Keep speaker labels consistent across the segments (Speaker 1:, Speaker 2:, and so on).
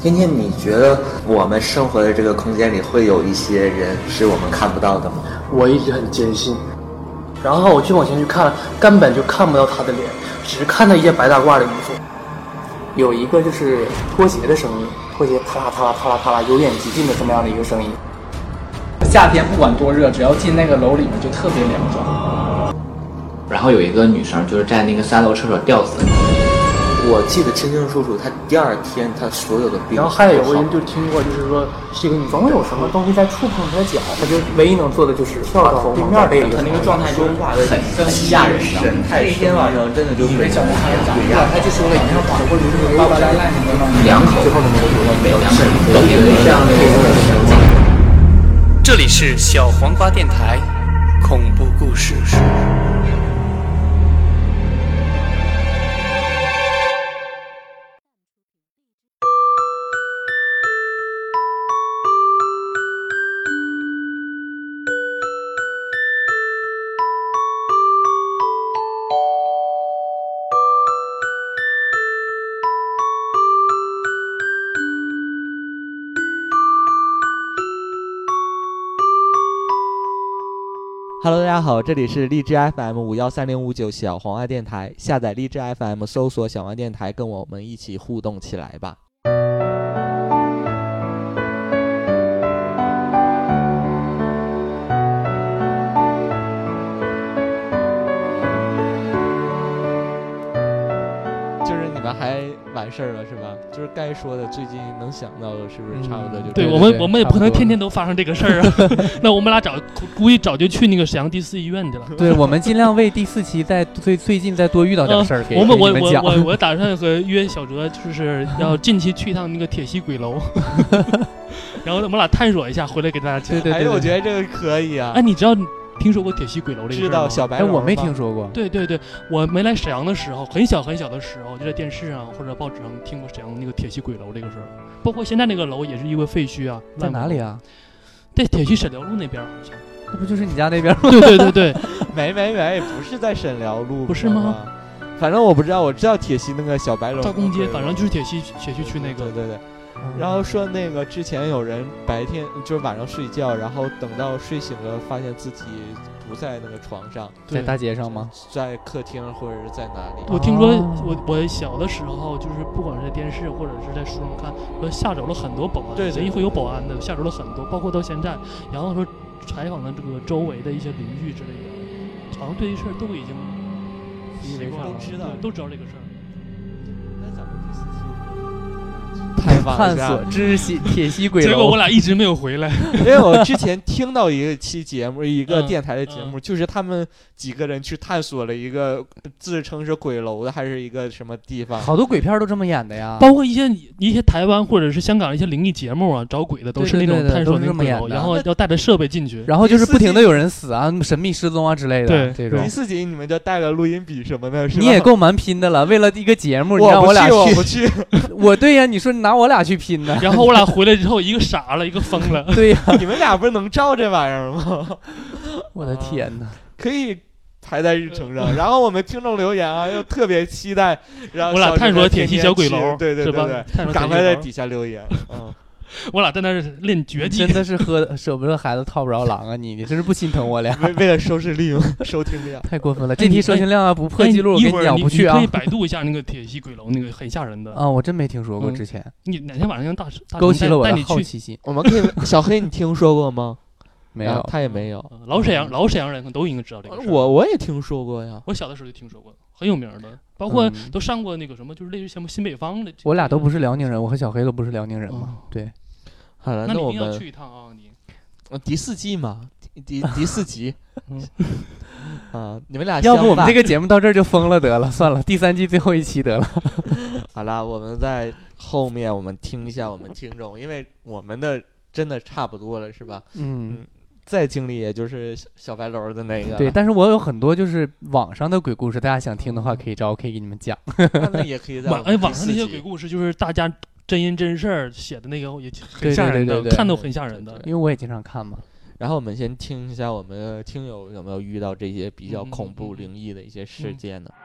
Speaker 1: 天天，你觉得我们生活的这个空间里会有一些人是我们看不到的吗？
Speaker 2: 我一直很坚信。然后我去往前去看，根本就看不到他的脸，只看到一件白大褂的衣服。
Speaker 3: 有一个就是拖鞋的声音，拖鞋啪啦啪啦啪啦啪啦，由远及近的这么样的一个声音。
Speaker 4: 夏天不管多热，只要进那个楼里面就特别凉爽。
Speaker 5: 然后有一个女生就是在那个三楼厕所吊死。
Speaker 1: 我记得清清楚楚，她第二天她所有的病。
Speaker 2: 然后还有个人就听过，就是说是一个女，
Speaker 3: 总有什么东西在触碰她的脚，她就唯一能做的就是跳到对面
Speaker 4: 这里。她那个状态说话的很吓人，
Speaker 1: 那一天晚上真的就
Speaker 4: 被小红孩子打了，她就说了一句话，我把我拉烂
Speaker 5: 你两口，最后都没有流泪，没有两口，都流泪
Speaker 6: 了。这里是小黄瓜电台，恐怖故事。
Speaker 7: Hello，大家好，这里是荔枝 FM 五幺三零五九小黄瓜电台，下载荔枝 FM，搜索小黄电台，跟我们一起互动起来吧。就是你们还完事儿了是吧？就是该说的，最近能想到的，是不是差不多就、嗯、
Speaker 8: 对
Speaker 7: 我
Speaker 8: 们我们也不可能天天都发生这个事儿啊。 那我们俩早估计早就去那个沈阳第四医院去了。
Speaker 9: 对，我们尽量为第四期再最最近再多遇到点事儿、呃、
Speaker 8: 啊我
Speaker 9: 们
Speaker 8: 我我我我打算和约小哲，就是要近期去一趟那个铁西鬼楼， 然后我们俩探索一下，回来给大家讲。
Speaker 9: 对对对,对,对、哎，
Speaker 7: 我觉得这个可以啊。
Speaker 8: 哎、啊，你知道？听说过铁西鬼楼这个
Speaker 7: 知道小白，哎，
Speaker 9: 我没听说过。
Speaker 8: 对对对，我没来沈阳的时候，很小很小的时候，就在电视上或者报纸上听过沈阳那个铁西鬼楼这个事儿。包括现在那个楼也是因为废墟啊，
Speaker 9: 在哪里啊？
Speaker 8: 在铁西沈辽路那边好像。
Speaker 9: 那不就是你家那边 吗？
Speaker 8: 对对对对，
Speaker 7: 没没没，不是在沈辽路，
Speaker 8: 不是吗？
Speaker 7: 反正我不知道，我知道铁西那个小白楼。
Speaker 8: 赵公街，反正就是铁西铁西区那个。
Speaker 7: 对
Speaker 8: 嗯
Speaker 7: 对对。然后说那个之前有人白天就是晚上睡觉，然后等到睡醒了，发现自己不在那个床上，
Speaker 9: 在大街上吗？
Speaker 7: 在客厅或者是在哪里？
Speaker 8: 我听说我我小的时候就是不管是在电视或者是在书上看，说吓走了很多保安，
Speaker 7: 对,对，
Speaker 8: 人会有保安的吓走了很多，包括到现在，然后说采访了这个周围的一些邻居之类的，好像对这事儿都已经习惯了，
Speaker 7: 都知道
Speaker 8: 都知道这个事儿。
Speaker 7: 探
Speaker 9: 索知悉铁西鬼楼，
Speaker 8: 结果我俩一直没有回来。
Speaker 7: 因为我之前听到一个期节目，一
Speaker 8: 嗯
Speaker 7: 个电台的节目，就是他们几个人去探索了一个呃自称是鬼楼的，还是一个什么地方。
Speaker 9: 好多鬼片都这么演的呀，
Speaker 8: 包括一些一些台湾或者是香港一些灵异节目啊，找鬼的都是那种探索那鬼楼，然后要带着设备进去，
Speaker 9: 然后就是不停的有人死啊、神秘失踪啊之类的。
Speaker 8: 对，
Speaker 9: 这种
Speaker 7: 第四集你们就带个录音笔什么的，
Speaker 9: 你也够蛮拼的了。为了一个节目，你让
Speaker 7: 我
Speaker 9: 俩去，
Speaker 7: 我
Speaker 9: 不
Speaker 7: 去。
Speaker 9: 我对呀，你说你拿。拿我俩去拼 的，
Speaker 8: 然后我俩回来之后，一个傻了，一个疯了。
Speaker 9: 对呀、啊，
Speaker 7: 你们俩不是能照这玩意儿吗？
Speaker 9: 我的天哪，啊、
Speaker 7: 可以排在日 程上。然后我们听众留言啊，又特别期待，让
Speaker 8: 我俩探索铁
Speaker 7: 西
Speaker 8: 小鬼楼，
Speaker 7: 对对对对，赶快在底下留言。嗯，
Speaker 8: 我俩在那练绝技， 哎
Speaker 9: 真的是喝舍不得孩子套不着狼啊！你你真是不心疼我俩？
Speaker 7: 嗯为为了收视率、收听量，
Speaker 9: 太过分了。这题收听量啊不破纪录，我跟你讲不去啊！
Speaker 8: 可以百度一下那个铁西鬼楼，那个很吓人的
Speaker 9: 啊！我真没听说过之前。
Speaker 8: 你哪天晚上大
Speaker 9: 勾起了我
Speaker 8: 的
Speaker 9: 好奇心。啊
Speaker 7: 我们可以，小黑，你听说过吗？
Speaker 9: 没有，
Speaker 7: 啊
Speaker 9: 嗯
Speaker 7: 他也没有。
Speaker 8: 啊老沈阳，老沈阳人都应该知道这个。
Speaker 7: 我我也听说过呀，
Speaker 8: 我小的时候就听说过，很有名的，包括都上过那个什么，就是类似什么新北方的。
Speaker 9: 嗯
Speaker 8: 嗯
Speaker 9: 我俩都不是啊辽宁人，我和小黑都不是辽宁人嘛，对。
Speaker 7: 好了，
Speaker 8: 那
Speaker 7: 我呃
Speaker 8: 们去一趟啊！你，
Speaker 7: 第四季嘛，第第四 集，
Speaker 8: 嗯
Speaker 7: 啊，你们俩
Speaker 9: 要不我们这个节目到这儿就封了得了，算了，第三季最后一期得了。
Speaker 7: 好啦，我们在后面我们听一下我们听众，因为我们的真的差不多了，是吧？
Speaker 9: 嗯，
Speaker 7: 再经历也就是小白楼的那个。
Speaker 9: 对，但是我有很多就是网上的鬼故事，大家想听的话可以找我可以给你们讲。
Speaker 7: 那也可以在
Speaker 8: 哎网上那些鬼故事就是大家。真人真事儿写的那个也很吓人的，
Speaker 9: 对对对
Speaker 8: 看都很吓人的。
Speaker 9: 因为我也经常看嘛。
Speaker 7: 然后我们先听一下我们听友有没有遇到这些比
Speaker 8: 嗯
Speaker 7: 较恐怖灵异的一些事件呢？
Speaker 8: 嗯嗯嗯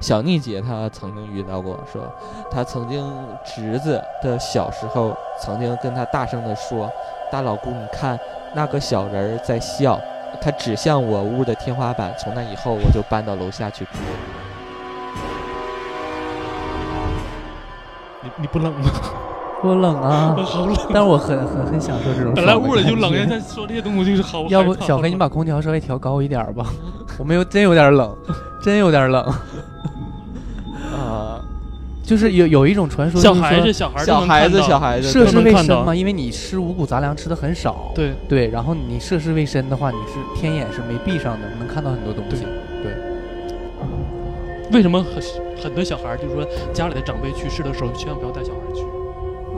Speaker 7: 小妮姐她曾经遇到过，说她曾经侄子的小时候曾经跟她大声的说：“大老姑，你看那个小人儿在笑。”他指向我屋的天花板，从那以后我就搬到楼下去住。
Speaker 8: 你你不冷吗？
Speaker 9: 我冷啊
Speaker 8: 我，好冷。
Speaker 9: 但是我很很很享受这种。
Speaker 8: 本来屋里就 冷，现。在说这些东西就是好。
Speaker 9: 要不
Speaker 8: 害怕
Speaker 9: 小飞，你把空调稍微调高一点儿吧， 我们有真有点儿冷，真有点儿冷。
Speaker 7: 啊、
Speaker 9: 就是有有一种传说，
Speaker 8: 小
Speaker 9: 就是
Speaker 8: 孩
Speaker 9: 说
Speaker 8: 子小孩儿都
Speaker 7: 小
Speaker 8: 能
Speaker 7: 孩子，
Speaker 8: 看到
Speaker 7: 小孩子，
Speaker 9: 涉世
Speaker 8: 都能
Speaker 9: 未
Speaker 8: 看
Speaker 9: 深
Speaker 8: 到
Speaker 9: 嘛，因为你吃五谷杂粮吃的很少，
Speaker 8: 对
Speaker 9: 对，然后你涉世未深的话，你是天眼是没闭上的，能看到很多东西。
Speaker 8: 为什么很很多小孩儿就是说家里的长辈去世的时候，千万不要带小孩儿去。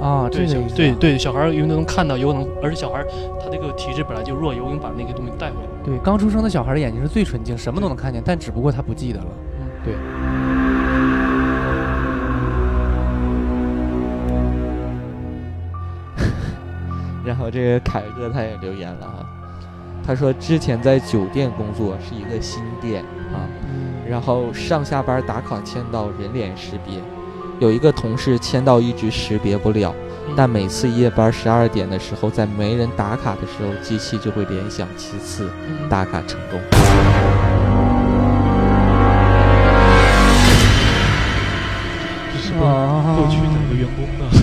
Speaker 9: 啊，这
Speaker 8: 对
Speaker 9: 个
Speaker 8: 小
Speaker 9: 意思啊
Speaker 8: 对对，小孩儿因为能看到，有可能，而且小孩儿他这个体质本来就弱，有可能把那个东西带回来。
Speaker 9: 对，刚出生的小孩的眼睛是最纯净，什么都能看见，但只不过他不记得了。
Speaker 7: 然后这个凯哥他也留言了哈，他说之前在酒店工作是一个新店啊，然后上下班打卡签到人脸识别，有一个同事签到一直识别不了，但每次夜班十二点的时候，在没人打卡的时候，机器就会联想七次
Speaker 8: 嗯
Speaker 7: 打卡成功。
Speaker 8: 这嗯是
Speaker 9: 啊
Speaker 8: 过去哪个员工呢？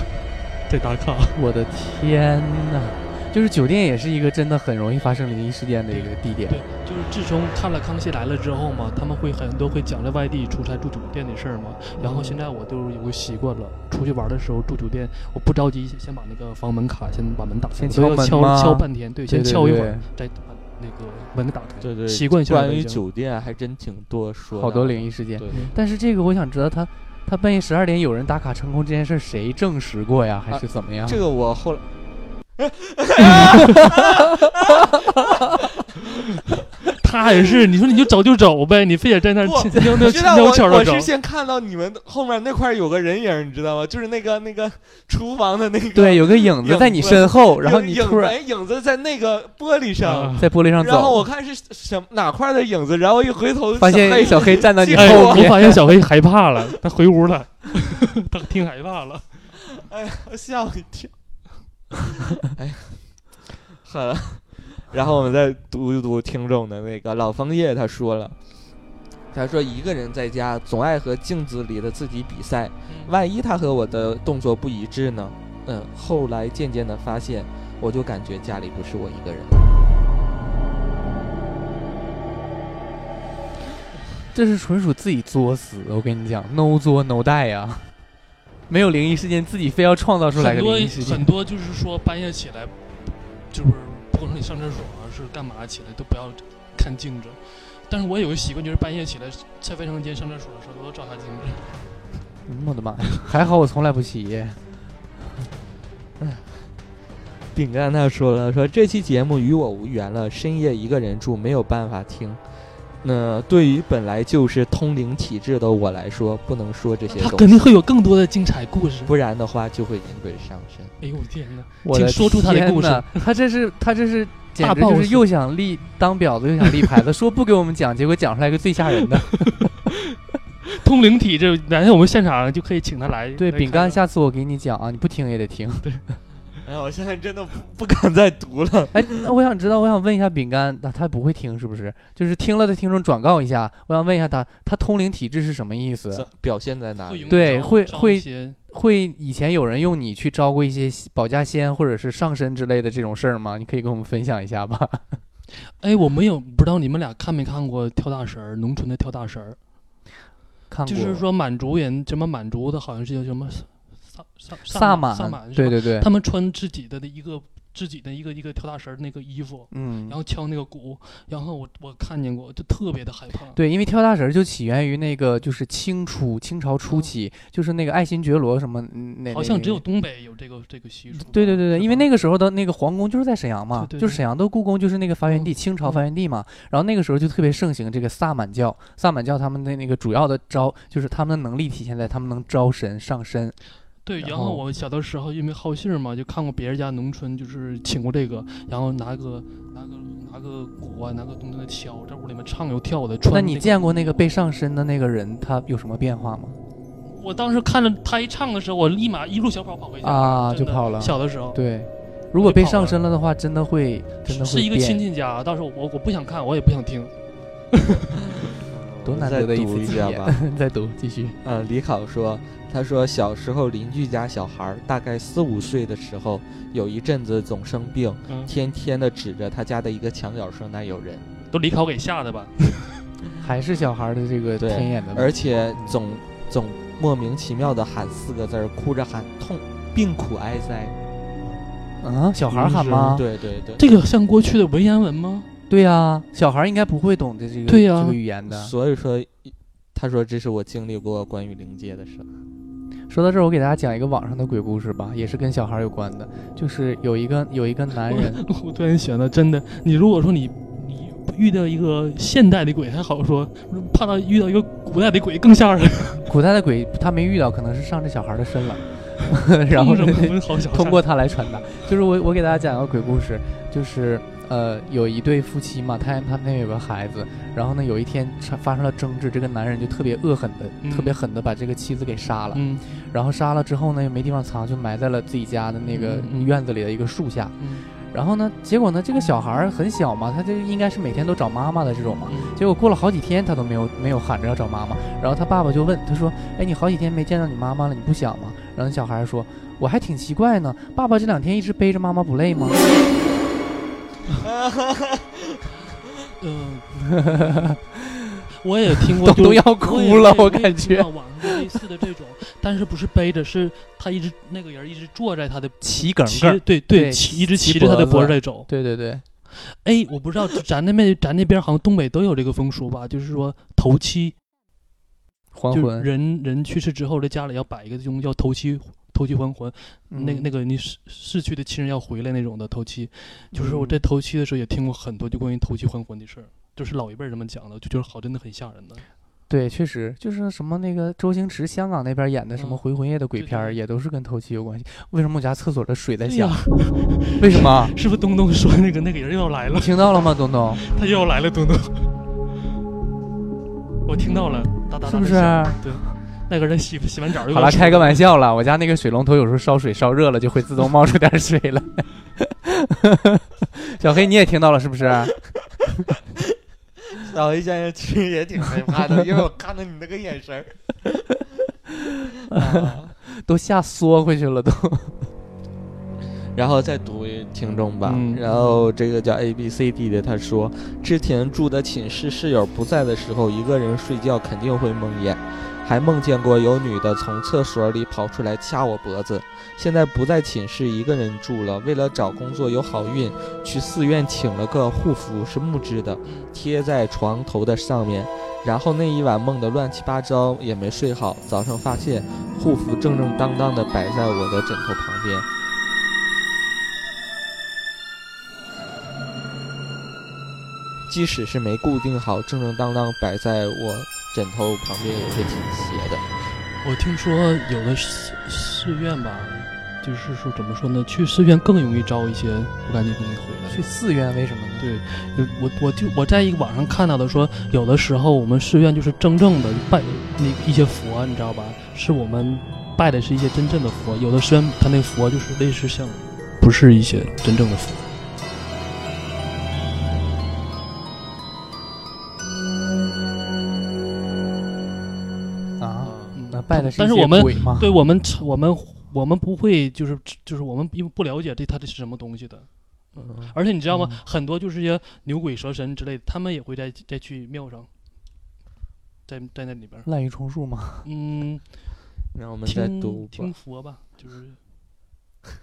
Speaker 8: 在打卡，
Speaker 9: 我的天呐，就是酒店也是一个真的很容易发生灵异事件的一个地点。
Speaker 8: 对，就是自从看了《康熙来了》之后嘛，他们会很多会讲在外地出差住酒店的事儿嘛。然后现在我都有个习惯了，出去玩的时候住酒店，我不着急，先把那个房门卡，先把门打开，
Speaker 9: 先
Speaker 8: 我都要
Speaker 9: 敲门
Speaker 8: 敲
Speaker 9: 吗
Speaker 8: 敲半天，对，
Speaker 9: 对
Speaker 8: 先
Speaker 9: 对
Speaker 8: 敲一会
Speaker 9: 对
Speaker 8: 儿，再把那个门给打开。
Speaker 7: 对对，
Speaker 8: 习惯性的
Speaker 7: 关于
Speaker 8: 已经
Speaker 7: 酒店还真挺多说的，
Speaker 9: 好多灵异嗯事件。
Speaker 7: 对。
Speaker 9: 但是这个我想知道他，他半夜十二点有人打卡成功这件事儿谁证实过呀？还是怎么样？
Speaker 7: 啊这个我后来，
Speaker 8: 他也是，你说你就走就走呗，你非得在那儿
Speaker 7: 不
Speaker 8: 尿
Speaker 7: 你
Speaker 8: 尿
Speaker 7: 知道
Speaker 8: 尿
Speaker 7: 我
Speaker 8: 悄的
Speaker 7: 我
Speaker 8: 走
Speaker 7: 是。先看到你们后面那块儿有个人影，你知道吗？就是那个那个厨房的那个，
Speaker 9: 对，有个影
Speaker 7: 影
Speaker 9: 子在你身后，然后你
Speaker 7: 影
Speaker 9: 突然
Speaker 7: 哎影子在那个玻璃上，
Speaker 8: 啊
Speaker 9: 在玻璃上
Speaker 7: 然后
Speaker 9: 走，
Speaker 7: 我看是什么哪块的影子，然后一回头
Speaker 9: 发现小
Speaker 7: 小
Speaker 9: 黑站到你
Speaker 7: 哎
Speaker 8: 哎，
Speaker 9: 后
Speaker 8: 我
Speaker 9: 面。
Speaker 8: 发现小黑害怕了，他回屋了， 他挺害怕了。
Speaker 7: 黑吓我一跳， 哎呀，好了，然后我们再读一读听众的那个老枫叶，他说了。他说：“一个人在家，总爱和镜子里的自己比赛，万一他和我的动作不一致呢？嗯，后来渐渐的发现，我就感觉家里不是我一个人。
Speaker 9: 这是纯属自己作死，我跟你讲，no 作 no die 呀、没有灵异事件，自己非要创造出来
Speaker 8: 很
Speaker 9: 个
Speaker 8: 多
Speaker 9: 灵异事
Speaker 8: 很
Speaker 9: 件。
Speaker 8: 多就是说半夜起来，就是不管是你上厕所啊，是干嘛起来都不要看镜子。但是我有个习惯，就是半夜起来在卫生间上厕所的时候都要照下 镜子。
Speaker 9: 嗯我的妈呀！还好我从来不起夜。
Speaker 7: 饼干他说了，说这期节目与我无缘了，深夜一个人住没有办法听。那对于本来就是通灵体质的我来说，不能说这些
Speaker 8: 他
Speaker 7: 东
Speaker 8: 肯
Speaker 7: 西，
Speaker 8: 定会有更多的精彩故事。
Speaker 7: 不然的话就会引鬼上身。
Speaker 8: 哎呦我天哪！
Speaker 9: 我的
Speaker 8: 请说出他的故事
Speaker 9: 天 哪。他这是他这是简
Speaker 8: 大
Speaker 9: 直就是
Speaker 8: boss
Speaker 9: 又想立当婊子又想立牌子，说不给我们讲，结果讲出来一个最吓人的。
Speaker 8: 通灵体这，然后我们现场就可以请他来。
Speaker 9: 对，
Speaker 8: 来
Speaker 9: 饼干，
Speaker 8: 看看
Speaker 9: 下次我给你讲啊，你不听也得听。
Speaker 7: 哎呀，我现在真的不不敢再读了。
Speaker 9: 哎，那我想知道，我想问一下饼干，他他不会听是不是？就是听了的听众转告一下，我想问一下他，他通灵体质是什么意思？
Speaker 7: 啊表现在哪
Speaker 8: 会
Speaker 7: 里
Speaker 8: 有？
Speaker 9: 对
Speaker 8: 招
Speaker 9: 会
Speaker 8: 招
Speaker 9: 会
Speaker 8: 一些
Speaker 9: 会以前有人用你去招过一些保家仙或者是上身之类的这种事儿吗？你可以跟我们分享一下 吧。
Speaker 8: 哎，我没有，不知道你们俩看没看过跳大神儿，农村的跳大神儿，
Speaker 9: 看过，
Speaker 8: 就是说满族人，什么满族的，好像是叫什么萨萨
Speaker 9: 萨
Speaker 8: 满
Speaker 9: 满，
Speaker 8: 萨满，
Speaker 9: 对，对对，
Speaker 8: 他们穿自己的一个自己的一个一个跳大神儿那个衣服，
Speaker 9: 嗯
Speaker 8: 然，后敲那个鼓，然后我我看见过，就特别的害怕。
Speaker 9: 对，因为跳大神儿就起源于那个就是清初清朝初期，就是那个爱新觉罗什么嗯那，
Speaker 8: 嗯好像只有。东北有这个这个习俗。
Speaker 9: 对对对对，
Speaker 8: 是
Speaker 9: 因为
Speaker 8: 吧
Speaker 9: 那个时候的那个皇宫就是在沈阳嘛，
Speaker 8: 对对
Speaker 9: 就
Speaker 8: 对嗯
Speaker 9: 是沈阳的故宫就是那个发源地，清朝发源地嘛。然后那个时候就特别盛行这个萨满教，萨满教他们的那个主要的招就是他们的能力体现在他们能招神上身，
Speaker 8: 对，
Speaker 9: 然
Speaker 8: 然后
Speaker 9: 后
Speaker 8: 我小的时候因为好信儿嘛，就看过别人家农村就是请过这个，
Speaker 9: 嗯
Speaker 8: 然后拿个拿个拿个鼓啊，拿个东西来敲，在屋里面唱又跳的。穿
Speaker 9: 那
Speaker 8: 着
Speaker 9: 你
Speaker 8: 个嗯
Speaker 9: 见过那个被上身的那个人，他有什么变化吗？
Speaker 8: 我当时看着他一唱的时候，我立马一路小跑跑回家
Speaker 9: 啊
Speaker 8: 真
Speaker 9: 就
Speaker 8: 的
Speaker 9: 跑了
Speaker 8: 小的时候，
Speaker 9: 对，如果被
Speaker 8: 跑
Speaker 9: 上
Speaker 8: 了
Speaker 9: 身了的话，真的会真的
Speaker 8: 是
Speaker 9: 会
Speaker 8: 一个亲
Speaker 9: 变，
Speaker 8: 戚家，当时我我不想看，我也不想听。
Speaker 9: 多
Speaker 7: 我们
Speaker 9: 难
Speaker 7: 再
Speaker 9: 得的一
Speaker 7: 读
Speaker 9: 次
Speaker 7: 一
Speaker 9: 体
Speaker 7: 下
Speaker 9: 验
Speaker 7: 吧。
Speaker 9: 再读，继续。
Speaker 7: 嗯，李考说，他说小时候邻居家小孩儿大概四五岁的时候，有一阵子总生病，
Speaker 8: 嗯，
Speaker 7: 天天的指着他家的一个墙角说那有人，
Speaker 8: 都离考给吓的吧？
Speaker 9: 还是小孩儿的这个
Speaker 7: 对
Speaker 9: 天眼的问题，
Speaker 7: 而且总总莫名其妙的喊四个字儿，哭着喊痛。病苦哀哉，
Speaker 9: 啊，小孩儿喊
Speaker 8: 是
Speaker 9: 吗？
Speaker 7: 对对对，
Speaker 8: 这个像过去的文言文吗？
Speaker 9: 对呀、小孩儿应该不会懂得这个
Speaker 8: 对啊呀
Speaker 9: 这个语言的。
Speaker 7: 所以说，他说这是我经历过关于灵界的事儿。
Speaker 9: 说到这儿，我给大家讲一个网上的鬼故事吧，也是跟小孩儿有关的，就是有一个有一个男人
Speaker 8: 我突然想到，真的，你如果说你你遇到一个现代的鬼还好说，怕到遇到一个古代的鬼更吓人。
Speaker 9: 古代的鬼他没遇到，可能是上这小孩儿的身 了， 然后
Speaker 8: 什么好想
Speaker 9: 通过他来传达。就是我我给大家讲个鬼故事，就是呃有一对夫妻嘛，他他们那有个孩子，然后呢有一天发生了争执，这个男人就特别恶狠的、
Speaker 8: 嗯
Speaker 9: 特别狠的把这个妻子给杀了，
Speaker 8: 嗯
Speaker 9: 然后杀了之后呢又没地方藏，就埋在了自己家的那个
Speaker 8: 嗯嗯
Speaker 9: 院子里的一个树下。
Speaker 8: 嗯
Speaker 9: 然后呢，结果呢这个小孩儿很小嘛，他就应该是每天都找妈妈的这种嘛。
Speaker 8: 嗯
Speaker 9: 结果过了好几天，他都没有没有喊着要找妈妈。然后他爸爸就问他说：“哎，你好几天没见到你妈妈了，你不想吗？”然后小孩说：“我还挺奇怪呢，爸爸这两天一直背着妈妈不累吗
Speaker 8: 嗯， 我也听过，
Speaker 9: 都
Speaker 8: 就
Speaker 9: 都要
Speaker 8: 我也
Speaker 9: 哭了我
Speaker 8: 也
Speaker 9: 感
Speaker 8: 听
Speaker 9: 觉
Speaker 8: 到网上有类似的这种，但是不是背着，是他一直那个人一直坐在他的？”
Speaker 9: 骑梗
Speaker 8: 骑
Speaker 9: 梗，
Speaker 8: 对
Speaker 9: 对
Speaker 8: 对骑一直
Speaker 9: 骑
Speaker 8: 骑着他的
Speaker 9: 脖
Speaker 8: 脖
Speaker 9: 子
Speaker 8: 子在走。
Speaker 9: 对对对，
Speaker 8: 哎，我不知道，咱那边咱那边好像东北都有这个风俗吧，就是说头七，
Speaker 9: 还
Speaker 8: 就是
Speaker 9: 魂。
Speaker 8: 人人去世之后，在家里要摆一个这种叫头七头七还魂，那个那
Speaker 9: 个，
Speaker 8: 个你逝逝去的亲人要回来那种的头七，
Speaker 9: 嗯
Speaker 8: 就是我在头七的时候也听过很多就关于头七还魂的事儿，就是老一辈儿这么讲的，就觉得好真的很吓人的。
Speaker 9: 对，确实就是什么那个周星驰香港那边演的什么
Speaker 8: 嗯
Speaker 9: 回魂夜的鬼
Speaker 8: 对对
Speaker 9: 片儿，
Speaker 8: 对啊
Speaker 9: 也都是跟头七有关系。为什么我家厕所的水在
Speaker 8: 对
Speaker 9: 响
Speaker 8: 呀？
Speaker 9: 为什么？
Speaker 8: 是不是东东说那个那个人又要来了
Speaker 9: 你？听到了吗，东 东？
Speaker 8: 他又要来了，东东。我听到了，哒哒哒
Speaker 9: 是不
Speaker 8: 地
Speaker 9: 是啊
Speaker 8: 响？对，那个人洗洗完澡就
Speaker 9: 好了，开个玩笑了。我家那个水龙头有时候烧水烧热了，就会自动冒出点水来。 小黑，你也听到了是不是？
Speaker 7: 小黑现在其实 也挺害怕的，因为我看到你那个眼神儿。啊
Speaker 9: 都吓缩回去了都。
Speaker 7: 然后再读一听众吧。
Speaker 8: 嗯
Speaker 7: 然后这个叫 A B C D 的，他说之前住的寝室室友不在的时候，一个人睡觉肯定会梦魇，还梦见过有女的从厕所里跑出来掐我脖子。现在不在寝室，一个人住了。为了找工作有好运，去寺院请了个护符，是木质的，贴在床头的上面。然后那一晚梦得乱七八糟，也没睡好。早上发现护符正正当当的摆在我的枕头旁边。即使是没固定好，正正当当摆在我枕头旁边也是挺邪的。
Speaker 8: 我听说有的寺寺院吧，就是说怎么说呢，去寺院更容易招一些不干净东西回来。
Speaker 9: 去寺院为什么呢？
Speaker 8: 对，有我我就我在一个网上看到的说，有的时候我们寺院就是真正的拜那一些佛、啊，你知道吧？是我们拜的是一些真正的佛，有的寺院他那佛就是类似像，不是一些真正的佛。
Speaker 9: 啊，
Speaker 8: 嗯
Speaker 9: 那拜的是
Speaker 8: 但
Speaker 9: 一
Speaker 8: 是
Speaker 9: 些
Speaker 8: 我们
Speaker 9: 鬼吗？
Speaker 8: 对我们我们我们不会就是就是我们因为不了解这它这是什么东西的。
Speaker 7: 嗯，
Speaker 8: 而且你知道吗？很多就是一些牛鬼蛇神之类的，他们也会在在去庙上，在在那里边儿，
Speaker 9: 滥竽充数吗？
Speaker 8: 嗯，
Speaker 7: 让我们再读吧
Speaker 8: 听听。佛吧，就是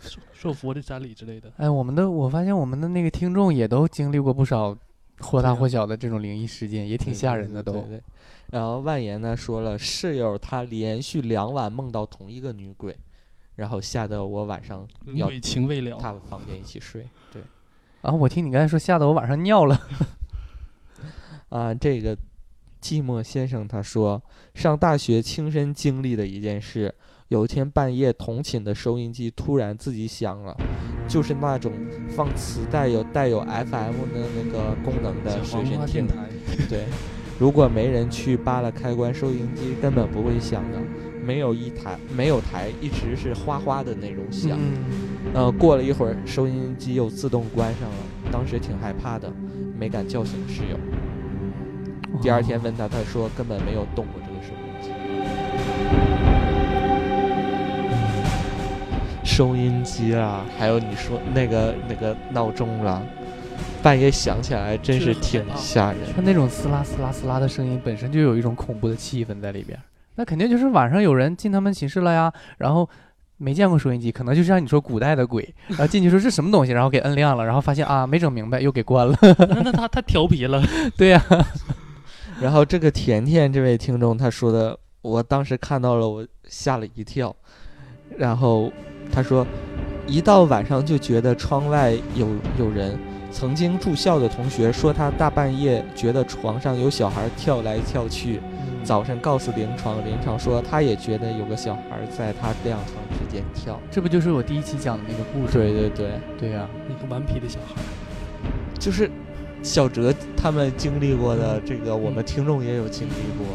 Speaker 8: 受受佛的瞻礼之类的。
Speaker 9: 哎，我们的我发现我们的那个听众也都经历过不少或大或小的这种灵异事件，也挺吓人的
Speaker 7: 对
Speaker 9: 都
Speaker 7: 对。对然后万言呢说了，室友他连续两晚梦到同一个女鬼，然后吓得我晚上要
Speaker 8: 鬼情未
Speaker 7: 他
Speaker 8: 了，
Speaker 7: 们房间一起睡。对
Speaker 9: 啊，我听你刚才说吓得我晚上尿了。
Speaker 7: 啊，这个寂寞先生他说，上大学亲身经历的一件事。有一天半夜，同寝的收音机突然自己响了，就是那种放磁带有带有 FM 的那个功能的随身听
Speaker 8: 电。台，
Speaker 7: 对，如果没人去扒拉开关，收音机根本不会响的。没有一台，没有台，一直是哗哗的那种响。
Speaker 9: 嗯，
Speaker 7: 呃，过了一会儿，收音机又自动关上了。当时挺害怕的，没敢叫醒室友。第二天问他，他说根本没有动过这个收音机。收音机啊，还有你说那个那个闹钟啦，半夜响起来真是
Speaker 8: 这个很
Speaker 7: 挺
Speaker 8: 害怕
Speaker 7: 吓人。
Speaker 9: 它那种撕拉撕拉撕拉的声音本身就有一种恐怖的气氛在里边儿，那肯定就是晚上有人进他们寝室了呀，然后。没见过收音机，可能就像你说古代的鬼，然后进去说这什么东西，然后给摁亮了，然后发现啊没整明白，又给关了。
Speaker 8: 那那他他调皮了，
Speaker 9: 对呀、
Speaker 7: 然后这个甜甜这位听众他说的，我当时看到了，我吓了一跳。然后他说，一到晚上就觉得窗外有有人。曾经住校的同学说，他大半夜觉得床上有小孩跳来跳去。早晨告诉临床，临床说他也觉得有个小孩在他两床之间跳。
Speaker 9: 这不就是我第一期讲的那个故事？
Speaker 7: 对对对，
Speaker 9: 对呀、
Speaker 8: 那个顽皮的小孩。
Speaker 7: 就是小哲他们经历过的这个，我
Speaker 9: 嗯
Speaker 7: 们听众也有经历过，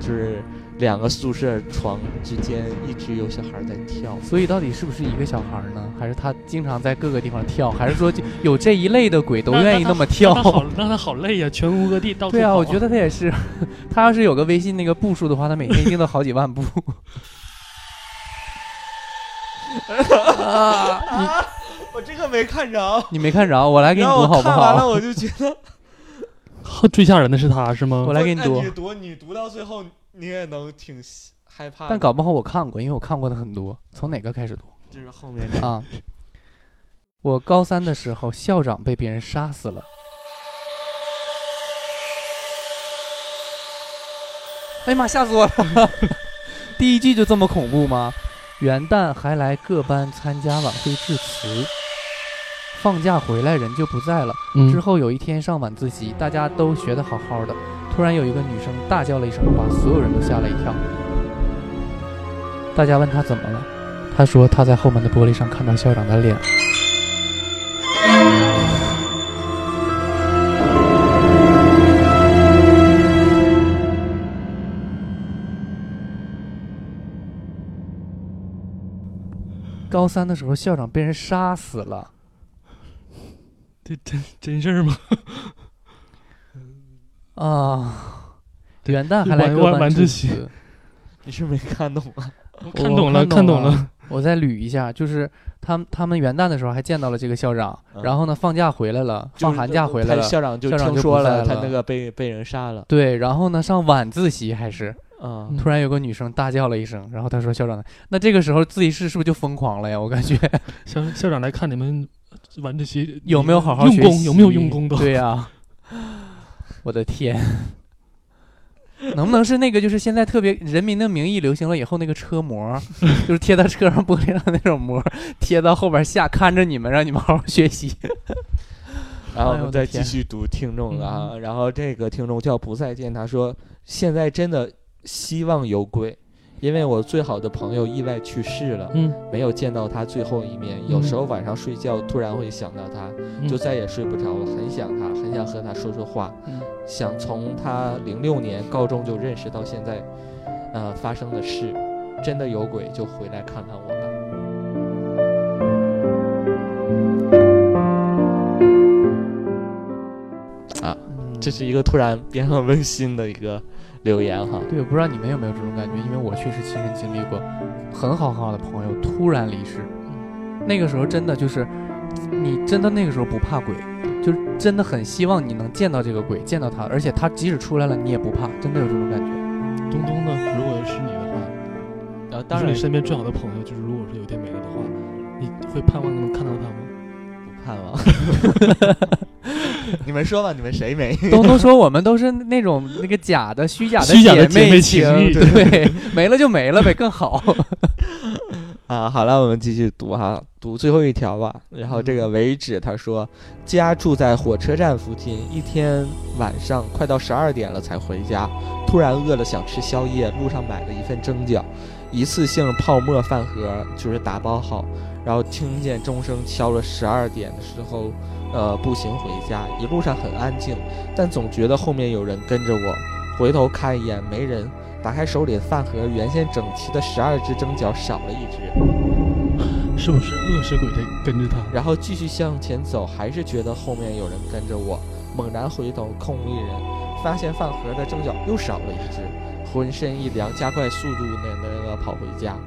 Speaker 7: 就是两个宿舍床之间一直有小孩在跳。
Speaker 9: 所以到底是不是一个小孩儿呢？还是他经常在各个地方跳？还是说就有这一类的鬼都愿意那么跳
Speaker 8: 那？他好，那他好累呀、全国各地到处
Speaker 9: 对啊，
Speaker 8: 跑
Speaker 9: 我觉得他也是，他要是有个微信那个步数的话，他每天一定都好几万步。 啊，
Speaker 7: 我这个没看着，
Speaker 9: 你你没看着，我来给你
Speaker 7: 然后
Speaker 9: 读好
Speaker 7: 我
Speaker 9: 不
Speaker 7: 看完了
Speaker 9: 好？
Speaker 7: 我就觉得，
Speaker 8: 最吓人的是他是吗
Speaker 9: 我？来给你
Speaker 7: 哎
Speaker 9: 读
Speaker 7: 你，读，你读到最后你也能挺害怕的。
Speaker 9: 但搞不好我看过，因为我看过的很多。从哪个开始读？
Speaker 7: 就是后面
Speaker 9: 啊，我高三的时候，校长被别人杀死了。哎呀妈，吓死我了！ 第一句就这么恐怖吗？元旦还来各班参加晚会致辞，放假回来人就不在了。之
Speaker 8: 嗯，
Speaker 9: 后有一天上晚自习，大家都学得好好的，突然有一个女生大叫了一声，把所有人都吓了一跳。大家问她怎么了，她说她在后门的玻璃上看到校长的脸。高三的时候，校长被人杀死了。
Speaker 8: 这真真事儿吗？
Speaker 9: 啊，元旦还来
Speaker 8: 晚
Speaker 9: 各
Speaker 8: 晚
Speaker 9: 班
Speaker 8: 晚
Speaker 9: 致
Speaker 8: 自习
Speaker 9: 辞，
Speaker 7: 你是没看懂啊吗？
Speaker 8: 我
Speaker 9: 我
Speaker 8: 看懂了，
Speaker 9: 看
Speaker 8: 看懂了。。
Speaker 9: 我再捋一下，就是他们他们元旦的时候还见到了这个校长，
Speaker 7: 嗯
Speaker 9: 然后呢放假回来了，
Speaker 7: 就
Speaker 9: 放
Speaker 7: 是
Speaker 9: 寒假回来
Speaker 7: 他
Speaker 9: 了，
Speaker 7: 校长就
Speaker 9: 校长
Speaker 7: 听
Speaker 9: 就
Speaker 7: 说
Speaker 9: 不在
Speaker 7: 他
Speaker 9: 了
Speaker 7: 那个被被人杀了
Speaker 9: 对，然后呢上晚自习还是
Speaker 7: 啊。
Speaker 8: 嗯
Speaker 9: 突然有个女生大叫了一声，然后她说校长，那这个时候自习室是不是就疯狂了呀？我感觉
Speaker 8: 校校长来看你们晚自习
Speaker 9: 有没有好好
Speaker 8: 用
Speaker 9: 学
Speaker 8: 功，
Speaker 9: 习
Speaker 8: 有没有用功都
Speaker 9: 对呀、 我的天。能不能是那个，就是现在特别《人民的名义》流行了以后，那个车 模，就是贴到车上玻璃上那种膜，贴到后边下看着你们，让你们好好学习。
Speaker 7: 然后
Speaker 9: 哎
Speaker 7: 我
Speaker 9: 呦我
Speaker 7: 们
Speaker 9: 的
Speaker 7: 再
Speaker 9: 天嗯
Speaker 7: 继续读听众了啊，然后这个听众叫不再见，他说现在真的希望有鬼，因为我最好的朋友意外去世了，
Speaker 8: 嗯，
Speaker 7: 没有见到他最后一面，有时候晚上睡觉突然会想到他，
Speaker 8: 嗯
Speaker 7: 就再也睡不着了，很想他，很想和他说说话，
Speaker 8: 嗯
Speaker 7: 想从他零六年高中就认识到现在，呃发生的事，真的有鬼就回来看看我吧。这是一个突然变很温馨的一个留言哈。
Speaker 9: 对，我不知道你们有没有这种感觉，因为我确实亲身经历过，很好很好的朋友突然离世，那个时候真的就是，你真的那个时候不怕鬼，就是真的很希望你能见到这个鬼，见到他，而且他即使出来了，你也不怕，真的有这种感 觉。
Speaker 8: 东东呢？如果是你的话，呃
Speaker 7: 然后
Speaker 8: 你
Speaker 7: 当
Speaker 8: 说
Speaker 7: 然
Speaker 8: 你身边最好的朋友，就是如果是有一天没了的话，你会盼望能看到他吗？
Speaker 7: 不盼 望。你们说吧，你们谁没？
Speaker 9: 东东说我们都是那种那个假的虚假的
Speaker 8: 虚假的姐
Speaker 9: 妹
Speaker 8: 妹情谊
Speaker 9: 对，没了就没了呗，更 好。
Speaker 7: 啊，好了，我们继续读哈，读最后一条吧。然后这个为止，他说家住在火车站附近，一天晚上快到十二点了才回家，突然饿了想吃宵夜，路上买了一份蒸饺，一次性泡沫饭盒就是打包好，然后听见钟声敲了十二点的时候，呃，步行回家，一路上很安静，但总觉得后面有人跟着我，回头看一眼没人，打开手里的饭盒，原先整齐的十二只蒸饺少了一只。
Speaker 8: 是不是恶势鬼在跟着他？
Speaker 7: 然后继续向前走，还是觉得后面有人跟着我，猛然回头空无一人，发现饭盒的蒸饺又少了一只，浑身一凉，加快速度那那个跑回家，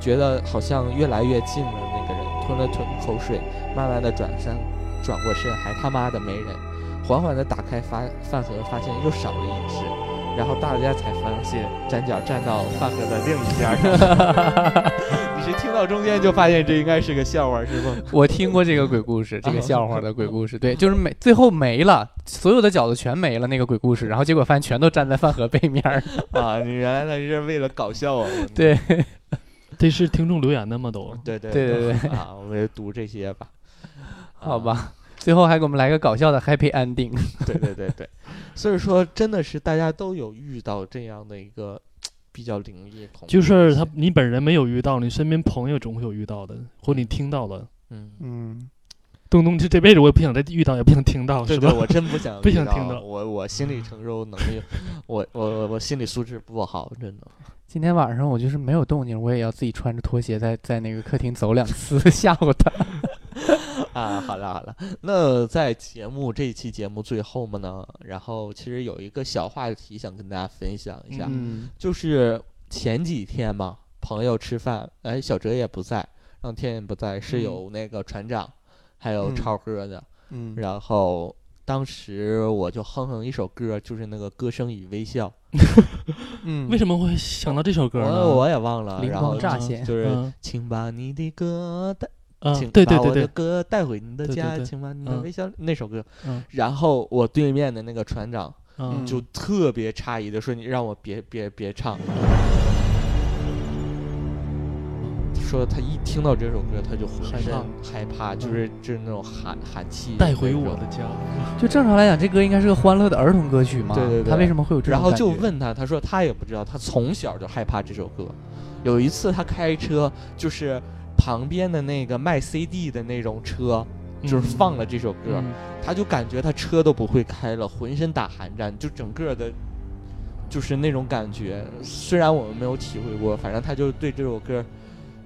Speaker 7: 觉得好像越来越近了。那个人吞了吞口水，慢慢的转身，转过身，还他妈的没人，缓缓的打开饭饭盒，发现又少了一只。然后大家才发现粘脚站到饭盒的另一边儿。 你是听到中间就发现这应该是个笑话是吗？
Speaker 9: 我听过这个鬼故事，这个笑话的鬼故事，对，就是没最后没了，所有的饺子全没了那个鬼故事，然后结果发现全都站在饭盒背面儿，
Speaker 7: 啊，你原来他是为了搞笑啊！我
Speaker 9: 对
Speaker 8: 这是听众留言的吗？都
Speaker 7: 对对
Speaker 9: 对对
Speaker 7: 对啊，我们就读这些 吧。
Speaker 9: 好吧， 最后还给我们来个搞笑的 happy ending。
Speaker 7: 啊，对对对对，所以说真的是大家都有遇到这样的一个比较灵异恐怖的
Speaker 8: 就
Speaker 7: 东西，
Speaker 8: 是他，你本人没有遇到，你身边朋友总会有遇到的，或你听到了。
Speaker 7: 嗯，
Speaker 9: 嗯，
Speaker 8: 东东，这这辈子我也不想再遇到，也不想听到，
Speaker 7: 对
Speaker 8: 是
Speaker 7: 对，
Speaker 8: 吧？
Speaker 7: 我真不想
Speaker 8: 不
Speaker 7: 遇
Speaker 8: 想听到
Speaker 7: 我我心理承受能 力，我我我我心理素质不好，真的。
Speaker 9: 今天晚上我就是没有动静，我也要自己穿着拖鞋在在那个客厅走两次， 吓唬他。
Speaker 7: 啊，好了好了，那在节目这一期节目最后嘛呢，然后其实有一个小话题想跟大家分享一下，
Speaker 9: 嗯，
Speaker 7: 就是前几天嘛，朋友吃饭，哎，小哲也不在，让天也不在，
Speaker 8: 嗯
Speaker 7: 是有那个船长，还有
Speaker 9: 嗯
Speaker 7: 超哥的，
Speaker 9: 嗯，
Speaker 7: 然后。当时我就哼哼一首歌，就是那个《歌声与微笑》，
Speaker 9: 嗯
Speaker 8: 为什么会想到这首歌呢？
Speaker 7: 我我也忘了。
Speaker 9: 灵
Speaker 7: 然
Speaker 9: 光
Speaker 7: 后
Speaker 9: 乍
Speaker 7: 就
Speaker 9: 现
Speaker 7: 就是，
Speaker 8: 嗯
Speaker 7: 请把你的歌带。请
Speaker 8: 嗯，对对
Speaker 7: 把我
Speaker 8: 对
Speaker 7: 的
Speaker 8: 对，
Speaker 7: 歌带回你的
Speaker 8: 对对
Speaker 7: 家，
Speaker 8: 对
Speaker 7: 请把你的
Speaker 8: 嗯
Speaker 7: 微笑那首歌
Speaker 8: 嗯。
Speaker 7: 然后我对面的那个船长
Speaker 8: 嗯，
Speaker 7: 就特别诧异的说：“你让我别别别唱。”说他一听到这首歌，他就浑
Speaker 8: 害
Speaker 7: 身
Speaker 8: 怕
Speaker 7: 害怕，就是就是那种寒寒气
Speaker 8: 嗯带
Speaker 7: 那
Speaker 8: 回我
Speaker 7: 种
Speaker 8: 的家。
Speaker 9: 就正常来讲，这歌应该是个欢乐的儿童歌曲嘛，
Speaker 7: 对对对
Speaker 9: 他为什么会有这种
Speaker 7: 然后
Speaker 9: 感
Speaker 7: 就
Speaker 9: 觉，
Speaker 7: 问他，他说他也不知道，他从小就害怕这首歌。有一次他开车，就是旁边的那个卖 CD 的那种车，嗯就是放了这首歌，
Speaker 8: 嗯
Speaker 7: 他就感觉他车都不会开了，浑身打寒战，就整个的，就是那种感觉。虽然我们没有体会过，反正他就对这首歌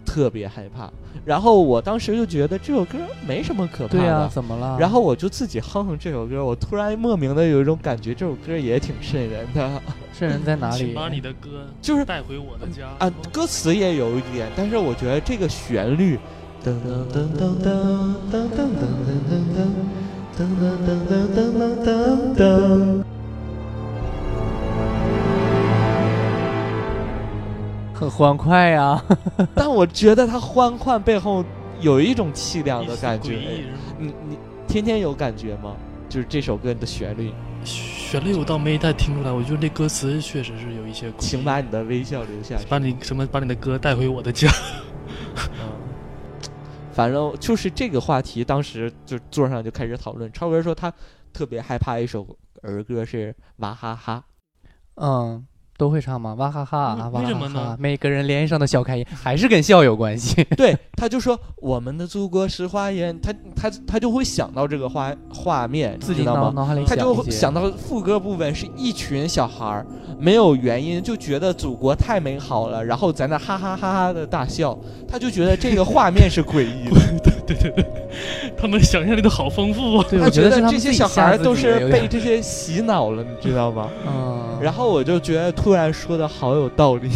Speaker 7: 特别害怕。然后我当时就觉得这首歌没什么可怕
Speaker 9: 对呀、
Speaker 7: 的，
Speaker 9: 怎么了？
Speaker 7: 然后我就自己哼哼这首歌，我突然莫名的有一种感觉，这首歌也挺瘆人的，
Speaker 9: 瘆人在哪
Speaker 8: 请
Speaker 9: 里？
Speaker 8: 把你的歌
Speaker 7: 就是
Speaker 8: 带回我的家
Speaker 7: 啊，歌词也有一点，但是我觉得这个旋律，噔噔噔噔噔噔噔噔噔噔噔噔噔噔噔噔噔，
Speaker 9: 很欢快啊呀、
Speaker 7: 但我觉得它欢快背后有一种凄凉的感
Speaker 8: 一丝诡异
Speaker 7: 觉。哎
Speaker 8: 是吗
Speaker 7: 你你天天有感觉吗？就是这首歌的旋律，
Speaker 8: 旋律我倒没太听出来，我觉得那歌词确实是有一些诡异。
Speaker 7: 请把你的微笑留下。
Speaker 8: 把你什么把你的歌带回我的家。
Speaker 7: 嗯反正就是这个话题，当时就桌上就开始讨论。超哥说他特别害怕一首儿歌是《娃哈哈
Speaker 9: 嗯，都会唱吗？哇哈哈啊，
Speaker 8: 为
Speaker 9: 哇
Speaker 8: 为什
Speaker 9: 哈
Speaker 8: 么呢
Speaker 9: 哈！每个人脸上的笑开颜，还是跟笑有关系。》，
Speaker 7: 对，他就说我们的祖国是花园，他他他就会想到这个画画面，
Speaker 9: 自
Speaker 7: 你
Speaker 9: 己
Speaker 7: 知道
Speaker 9: 脑
Speaker 7: 吗？
Speaker 9: 脑海里
Speaker 7: 他就
Speaker 9: 一
Speaker 7: 会
Speaker 9: 些
Speaker 7: 想到副歌部分是一群小孩儿，没有原因就觉得祖国太美好了，然后在那哈哈哈哈的大笑，他就觉得这个画面是诡异的。
Speaker 8: 对对对，他们想象力都好丰富啊！
Speaker 9: 对，
Speaker 7: 他
Speaker 9: 我觉
Speaker 7: 觉
Speaker 9: 得是
Speaker 7: 得
Speaker 9: 他
Speaker 7: 这
Speaker 9: 们
Speaker 7: 些
Speaker 9: 自己
Speaker 7: 小孩
Speaker 9: 吓
Speaker 7: 儿
Speaker 9: 自
Speaker 7: 都
Speaker 9: 己
Speaker 7: 是
Speaker 9: 有点
Speaker 7: 被这些洗脑了，你知 道吗？
Speaker 9: 嗯，
Speaker 7: 然后我就觉得突然说的好有 道理，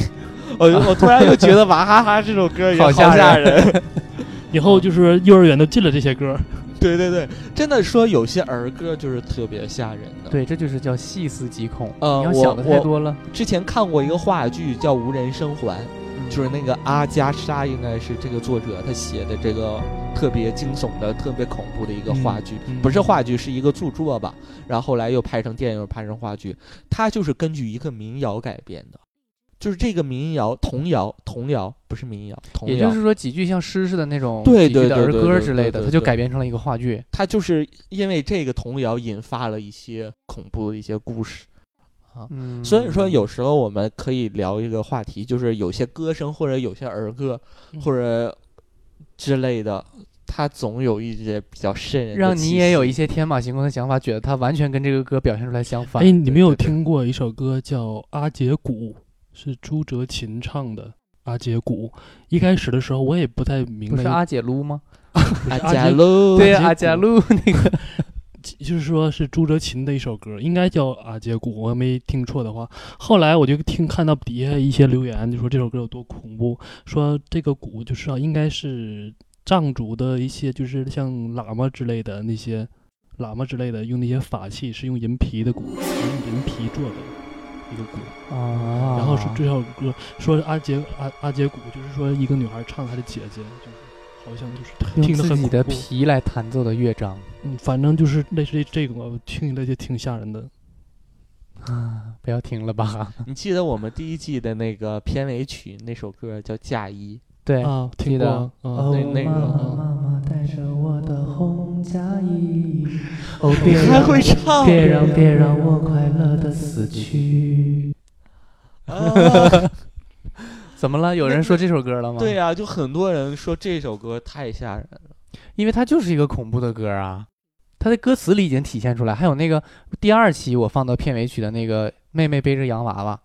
Speaker 7: 我就我突然又觉得《娃哈哈》这首歌也
Speaker 9: 好吓
Speaker 7: 吓人。
Speaker 8: 以后就是幼儿园都进了这些歌，
Speaker 7: 对对对，真的说有些儿歌就是特别吓人的。，
Speaker 9: 对，这就是叫细思极恐。
Speaker 7: 呃
Speaker 9: 你要
Speaker 7: 我
Speaker 9: 想的太
Speaker 7: 我
Speaker 9: 多了，
Speaker 7: 之前看过一个话剧叫《无人生还》，
Speaker 9: 嗯
Speaker 7: 就是那个阿加莎，应该是这个作者他写的这个特别惊悚的、特别恐怖的一个话剧，
Speaker 8: 嗯嗯
Speaker 7: 不是话剧，是一个著作吧。然后后来又拍成电影，又拍成话剧。它就是根据一个民谣改编的，就是这个民谣童谣，童谣不是民谣，童
Speaker 9: 也
Speaker 7: 谣
Speaker 9: 就是。说几句像诗似的那种
Speaker 7: 啊对
Speaker 9: 几句
Speaker 7: 对
Speaker 9: 的
Speaker 7: 对
Speaker 9: 儿
Speaker 7: 对
Speaker 9: 歌
Speaker 7: 对
Speaker 9: 之类
Speaker 7: 对
Speaker 9: 的，
Speaker 7: 对
Speaker 9: 它就
Speaker 7: 对
Speaker 9: 改编成了一个话剧。
Speaker 7: 它就是因为这个童谣引发了一些恐怖的一些故事，啊。
Speaker 9: 嗯
Speaker 7: 所以说，有时候我们可以聊一个话题，就是有些歌声或者有些儿歌
Speaker 8: 嗯
Speaker 7: 或者之类的，它总有一些比较瘆人的
Speaker 9: 让你
Speaker 7: 气
Speaker 9: 也有
Speaker 7: 息
Speaker 9: 一些天马行空的想法，觉得它完全跟这个歌表现出来相反。
Speaker 8: 哎，你没有
Speaker 9: 对对
Speaker 8: 听过一首歌叫《阿姐鼓》，是朱哲琴唱的《阿姐鼓》。一开始的时候我也不太明
Speaker 9: 不
Speaker 8: 白，
Speaker 9: 是阿姐撸吗？
Speaker 8: 不是
Speaker 7: 啊，
Speaker 8: 阿
Speaker 7: 假
Speaker 8: 姐，
Speaker 7: 如
Speaker 9: 对，
Speaker 8: 阿姐
Speaker 9: 阿姐
Speaker 8: 鼓
Speaker 9: 撸 那个
Speaker 8: 就是说是朱哲琴的一首歌，应该叫《阿姐鼓》，我要没听错的话。后来我就听看到底下一些留言，就说这首歌有多恐怖，说这个鼓就是啊，应该是藏族的一些，就是像喇嘛之类的那些喇嘛之类的用那些法器，是用银皮的鼓，用银皮做的一个鼓。
Speaker 9: 啊
Speaker 8: 然后说这首歌说阿杰阿阿杰鼓，就是说一个女孩唱她的姐姐，就是好像就是
Speaker 9: 用
Speaker 8: 听得
Speaker 9: 自
Speaker 8: 很
Speaker 9: 己
Speaker 8: 恐
Speaker 9: 的
Speaker 8: 怖。
Speaker 9: 皮来弹奏的乐章
Speaker 8: 嗯，反正就是类似于这个，我听起来就挺吓人的。
Speaker 9: 啊，不要停了吧？
Speaker 7: 你记得我们第一季的那个片尾曲那首歌叫《嫁衣
Speaker 9: 对，
Speaker 8: 啊，
Speaker 9: 记
Speaker 8: 听
Speaker 9: 得
Speaker 8: 过啊。
Speaker 9: 哦，
Speaker 7: 那那个
Speaker 9: 妈
Speaker 7: 嗯
Speaker 9: 妈妈带着我的红嫁衣，哦，别》，
Speaker 7: 还
Speaker 9: 让
Speaker 7: 会唱
Speaker 9: 别让别让我快乐的死去。
Speaker 7: 啊
Speaker 9: 怎么了？有人说这首歌了吗？
Speaker 7: 对、呀、啊就很多人说这首歌太吓人了。
Speaker 9: 因为它就是一个恐怖的歌啊，它的歌词里已经体现出来。还有那个第二期我放到片尾曲的那个妹妹背着洋娃娃，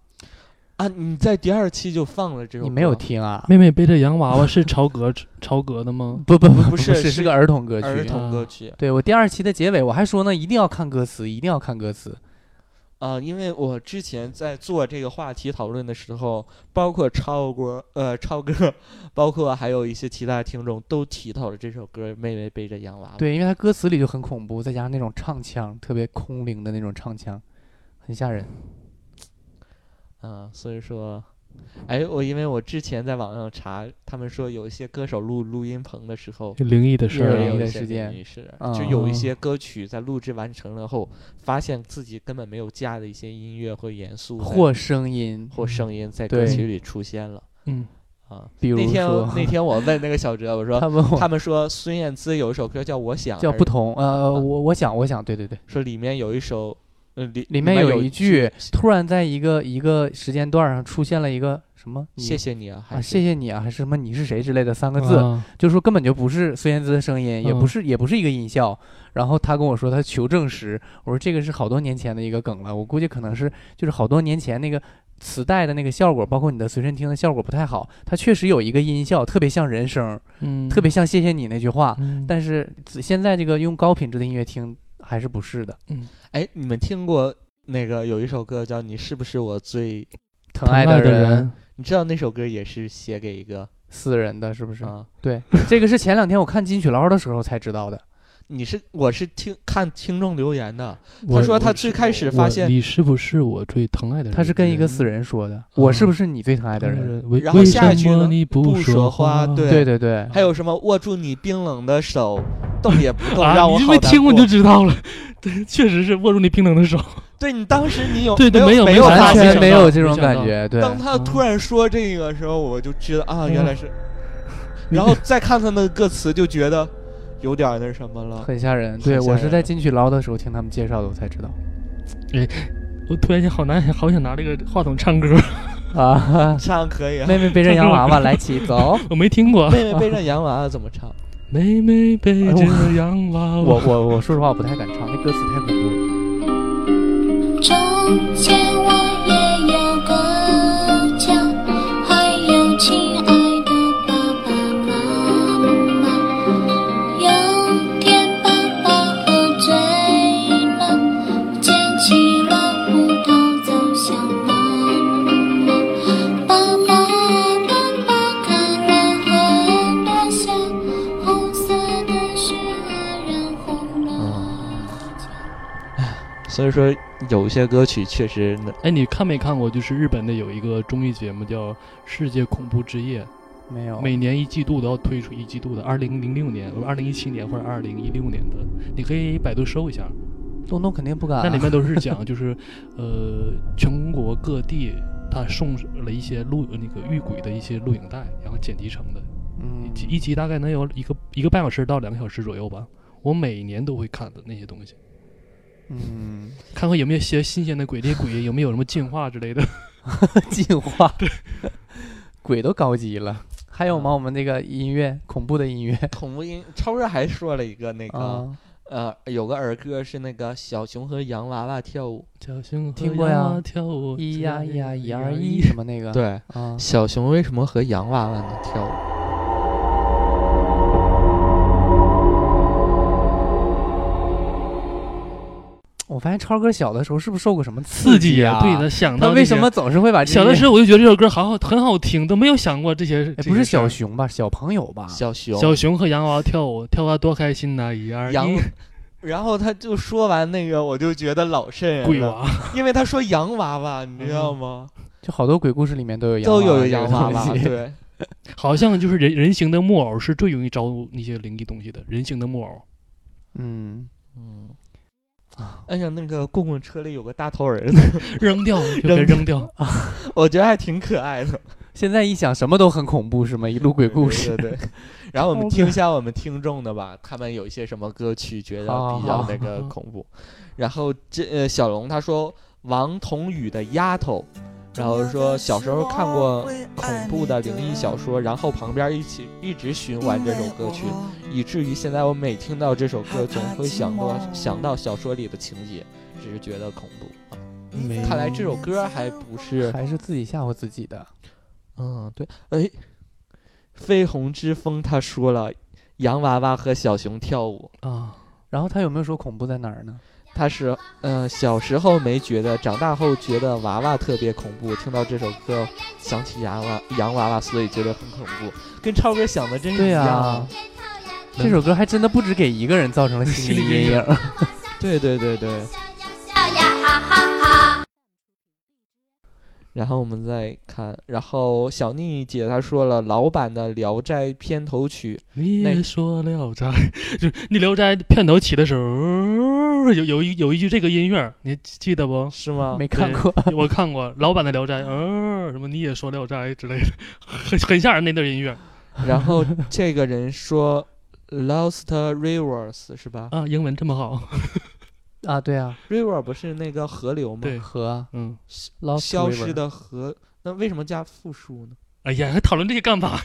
Speaker 7: 啊，你在第二期就放了这首歌，
Speaker 9: 你没有听啊？
Speaker 8: 妹妹背着洋娃娃是曹格曹格的吗？
Speaker 9: 不不不
Speaker 7: 不是
Speaker 9: 是，
Speaker 7: 是
Speaker 9: 是个儿童歌
Speaker 7: 儿
Speaker 9: 曲。啊
Speaker 7: 童歌曲
Speaker 9: 对我第二期的结尾我还说呢，一定要看歌词，一定要看歌词。
Speaker 7: 啊、因为我之前在做这个话题讨论的时候，包括超哥，呃，超哥，包括还有一些其他听众都提到了这首歌《妹妹背着洋娃娃》。，
Speaker 9: 对，因为它歌词里就很恐怖，再加上那种唱腔特别空灵的那种唱腔，很吓人。
Speaker 7: 啊、所以说，哎，我因为我之前在网上查，他们说有一些歌手录录音棚的时候，
Speaker 8: 就灵异的事
Speaker 9: 是
Speaker 8: 儿
Speaker 9: 灵
Speaker 7: 也
Speaker 9: 异
Speaker 8: 啊，
Speaker 7: 有
Speaker 9: 的
Speaker 7: 一
Speaker 9: 事
Speaker 7: 些
Speaker 9: 件啊
Speaker 7: 灵异事件，就有一
Speaker 8: 哦
Speaker 7: 些歌曲在录制完成了后，发现自己根本没有加的一些音乐或元素在
Speaker 9: 或声音，
Speaker 7: 或声音在歌
Speaker 9: 对
Speaker 7: 曲里出现了
Speaker 8: 嗯，
Speaker 7: 啊。
Speaker 9: 比如
Speaker 7: 那天
Speaker 9: 说
Speaker 7: 那天我问那个小哲，我说
Speaker 9: 他问
Speaker 7: 他
Speaker 9: 我
Speaker 7: 们说孙燕姿有一首歌叫《我想》，
Speaker 9: 叫
Speaker 7: 啊还
Speaker 9: 不
Speaker 7: 是
Speaker 9: 同，呃，我我想我想，对对对，
Speaker 7: 说里面有一首，呃里
Speaker 9: 里面
Speaker 7: 有
Speaker 9: 有一句突然在一个一个时间段上出现了一个什么你
Speaker 7: 谢谢你啊，还
Speaker 9: 啊，
Speaker 7: 是
Speaker 9: 谢谢你啊，还是什么你是谁之类的三个字，
Speaker 8: 啊
Speaker 9: 就是说根本就不是孙燕姿的声音，也不
Speaker 8: 嗯
Speaker 9: 是也不是一个音效。然后他跟我说他求证时，我说这个是好多年前的一个梗了，我估计可能是就是好多年前那个磁带的那个效果，包括你的随身听的效果不太好，它确实有一个音效特别像人声，
Speaker 8: 嗯，
Speaker 9: 特别像谢谢你那句话，
Speaker 8: 嗯，
Speaker 9: 但是只现在这个用高品质的音乐听还是不是的。
Speaker 7: 哎，你们听过那个有一首歌叫《你是不是我最》，
Speaker 9: 疼
Speaker 8: 疼爱
Speaker 9: 的
Speaker 8: 的
Speaker 9: 人，
Speaker 7: 你知道那首歌也是写给一个
Speaker 9: 死人的是不是？
Speaker 7: 啊。
Speaker 9: 对，这个是前两天我看金曲捞的时候才知道的。
Speaker 7: 你是我是听看听众留言的，
Speaker 8: 我
Speaker 7: 他说他
Speaker 8: 我
Speaker 7: 最
Speaker 8: 是
Speaker 7: 开始发
Speaker 8: 我
Speaker 7: 现，
Speaker 8: 你是不是我最疼爱的人？
Speaker 9: 他是跟一个死人说的，我是不是你最疼爱
Speaker 8: 爱
Speaker 9: 的人？
Speaker 8: 人，为
Speaker 7: 然后
Speaker 8: 为
Speaker 7: 下一
Speaker 8: 什
Speaker 7: 句
Speaker 8: 么
Speaker 7: 呢
Speaker 8: 你
Speaker 7: 不
Speaker 8: 说
Speaker 7: 说话，
Speaker 9: 对对对，
Speaker 7: 还有什么握住你冰冷的手，动也不动，
Speaker 8: 啊，
Speaker 7: 让我
Speaker 8: 你
Speaker 7: 好
Speaker 8: 没听过
Speaker 7: 难
Speaker 8: 你就知道了， 对，确实是握住你冰冷的手。
Speaker 7: 对你当时你有
Speaker 8: 对对
Speaker 7: 没
Speaker 8: 没有
Speaker 7: 没
Speaker 8: 没有
Speaker 7: 发
Speaker 9: 完
Speaker 8: 没
Speaker 7: 现
Speaker 9: 全
Speaker 8: 想
Speaker 9: 没
Speaker 8: 到
Speaker 9: 有这
Speaker 8: 没
Speaker 9: 种
Speaker 8: 想
Speaker 9: 感
Speaker 8: 到
Speaker 9: 觉。对，
Speaker 7: 当他突然说这个时候，我就知道啊，
Speaker 8: 嗯
Speaker 7: 原来是， 然后再看他那个歌词，就觉得有点儿那什么 了。
Speaker 9: 很吓人。
Speaker 7: 很
Speaker 9: 对
Speaker 7: 吓
Speaker 9: 我是在
Speaker 7: 人
Speaker 9: 金曲捞的时候听他们介绍的，我才知道
Speaker 8: 我突然间好难，好想拿这个话筒唱歌，
Speaker 9: 啊。哈
Speaker 7: 唱可以啊，
Speaker 9: 妹妹背着洋娃娃来起走，
Speaker 8: 我没听过。
Speaker 7: 妹妹啊背着洋娃娃怎么唱？
Speaker 8: 妹妹背着洋娃
Speaker 9: 我
Speaker 8: 娃，
Speaker 9: 我我说实话我不太敢唱，那歌词太恐怖了。
Speaker 10: 从前我也有个家，还有亲爱的爸爸妈妈。有天爸爸喝醉了，捡起了葡萄走向妈妈。爸爸的包开了很多下，红色的雪染红了家。
Speaker 7: 所以说，有些歌曲确实能
Speaker 8: 哎，你看没看过？就是日本的有一个综艺节目叫《世界恐怖之夜
Speaker 9: 没有》，
Speaker 8: 每年一季度都要推出一季度的，二零零六年、二零一七年或者二零一六年的，你可以百度搜一下。
Speaker 9: 东东肯定不敢啊。
Speaker 8: 那里面都是讲就是，呃，全国各地他送了一些录那个遇鬼的一些录影带，然后剪辑成的，
Speaker 9: 嗯
Speaker 8: 一集一集大概能有一个一个半小时到两个小时左右吧。我每年都会看的那些东西，
Speaker 9: 嗯，
Speaker 8: 看看有没有一些新鲜的鬼，这些鬼有没有什么进化之类的。
Speaker 9: 进化， 鬼都高级了。还有吗？我们那个音乐，恐怖的音乐
Speaker 7: 恐怖音超市还说了一个那个、
Speaker 9: 啊，
Speaker 7: 呃，有个儿歌是那个小熊和洋娃娃跳舞，
Speaker 8: 小熊
Speaker 9: 听过呀
Speaker 8: 和跳舞，
Speaker 9: 一呀一呀
Speaker 8: 哎
Speaker 9: 一二一
Speaker 8: 一。
Speaker 9: 什么那个
Speaker 7: 对，
Speaker 9: 啊，
Speaker 7: 小熊为什么和洋娃娃呢跳舞？
Speaker 9: 我发现超哥小的时候是不是受过什么
Speaker 8: 刺
Speaker 9: 激
Speaker 8: 激
Speaker 9: 呀？
Speaker 8: 对的，想
Speaker 9: 他
Speaker 8: 到
Speaker 9: 为
Speaker 8: 这
Speaker 9: 什
Speaker 8: 些
Speaker 9: 么总是会 把这
Speaker 8: 小的
Speaker 9: 些
Speaker 8: 时候我就觉得这首歌好好，很好听，都没有想过这些。
Speaker 9: 哎，
Speaker 8: 这
Speaker 9: 不是
Speaker 8: 些事儿
Speaker 9: 小熊吧？小朋友吧？
Speaker 7: 小熊，
Speaker 8: 小熊和洋娃娃跳舞，跳啊多开心呐！一二
Speaker 7: 洋
Speaker 8: 一，
Speaker 7: 然后他就说完那个，我就觉得老瘆人
Speaker 8: 鬼
Speaker 7: 了，
Speaker 8: 娃，
Speaker 7: 因为他说洋娃娃，你知道吗？
Speaker 9: 就好多鬼故事里面都有啊洋
Speaker 7: 都有
Speaker 9: 洋
Speaker 7: 洋娃娃，对，
Speaker 8: 好像就是人人形的木偶是最容易招那些灵异东西的。人形的木偶，
Speaker 9: 嗯，啊
Speaker 7: 嗯，哎呀，那个棍棍车里有个大头儿子，
Speaker 8: 扔掉就给扔掉。
Speaker 7: 我觉得还挺可爱的。
Speaker 9: 现在一想什么都很恐怖，是吗？一路 鬼故
Speaker 7: 对
Speaker 9: 事，
Speaker 7: 对对。然后我们听一下我们听众的吧，他们有一些什么歌曲觉得比较那个恐怖。然后这呃，小龙他说王童宇的《丫头》，然后说小时候看过恐怖的灵异小说，然后旁边一起一直循环这首歌曲，以至于现在我每听到这首歌，总会想过想到小说里的情节，只是觉得恐怖。啊
Speaker 9: 没
Speaker 7: 看来这首歌还不是
Speaker 9: 还是自己吓唬自己的。
Speaker 7: 嗯，对，哎，绯红之风他说了，洋娃娃和小熊跳舞，
Speaker 9: 啊。然后他有没有说恐怖在哪儿呢？
Speaker 7: 他是嗯、呃小时候没觉得，长大后觉得娃娃特别恐怖，听到这首歌想起洋娃洋娃娃，所以觉得很恐怖，跟超哥想的真是
Speaker 9: 对
Speaker 7: 一样。
Speaker 9: 啊，这首歌还真的不止给一个人造成了心理阴影。
Speaker 7: 对对对 对。然后我们再看，然后小妮姐她说了，老版的《聊斋》片头曲，
Speaker 8: 你
Speaker 7: 那
Speaker 8: 也说《聊斋》， 就那《聊斋》片头起的时候，有有一有一句这个音乐，你记记得不？
Speaker 7: 是吗？
Speaker 9: 没看过，
Speaker 8: 我看过老版的《聊斋》，呃，什么你也说《聊斋》之类的，很很吓人那段音乐
Speaker 9: 啊
Speaker 7: 然后这个人说 Lost Rivers 是吧、
Speaker 8: 啊，英文这么好，
Speaker 9: 啊，对啊，
Speaker 7: r i v e r 不是那个河流吗？
Speaker 8: 对
Speaker 9: 河啊
Speaker 8: 嗯，
Speaker 9: Lost
Speaker 7: 消失
Speaker 9: River
Speaker 7: 的河。那为什么加复数呢？
Speaker 8: 哎呀，还讨论这些干嘛？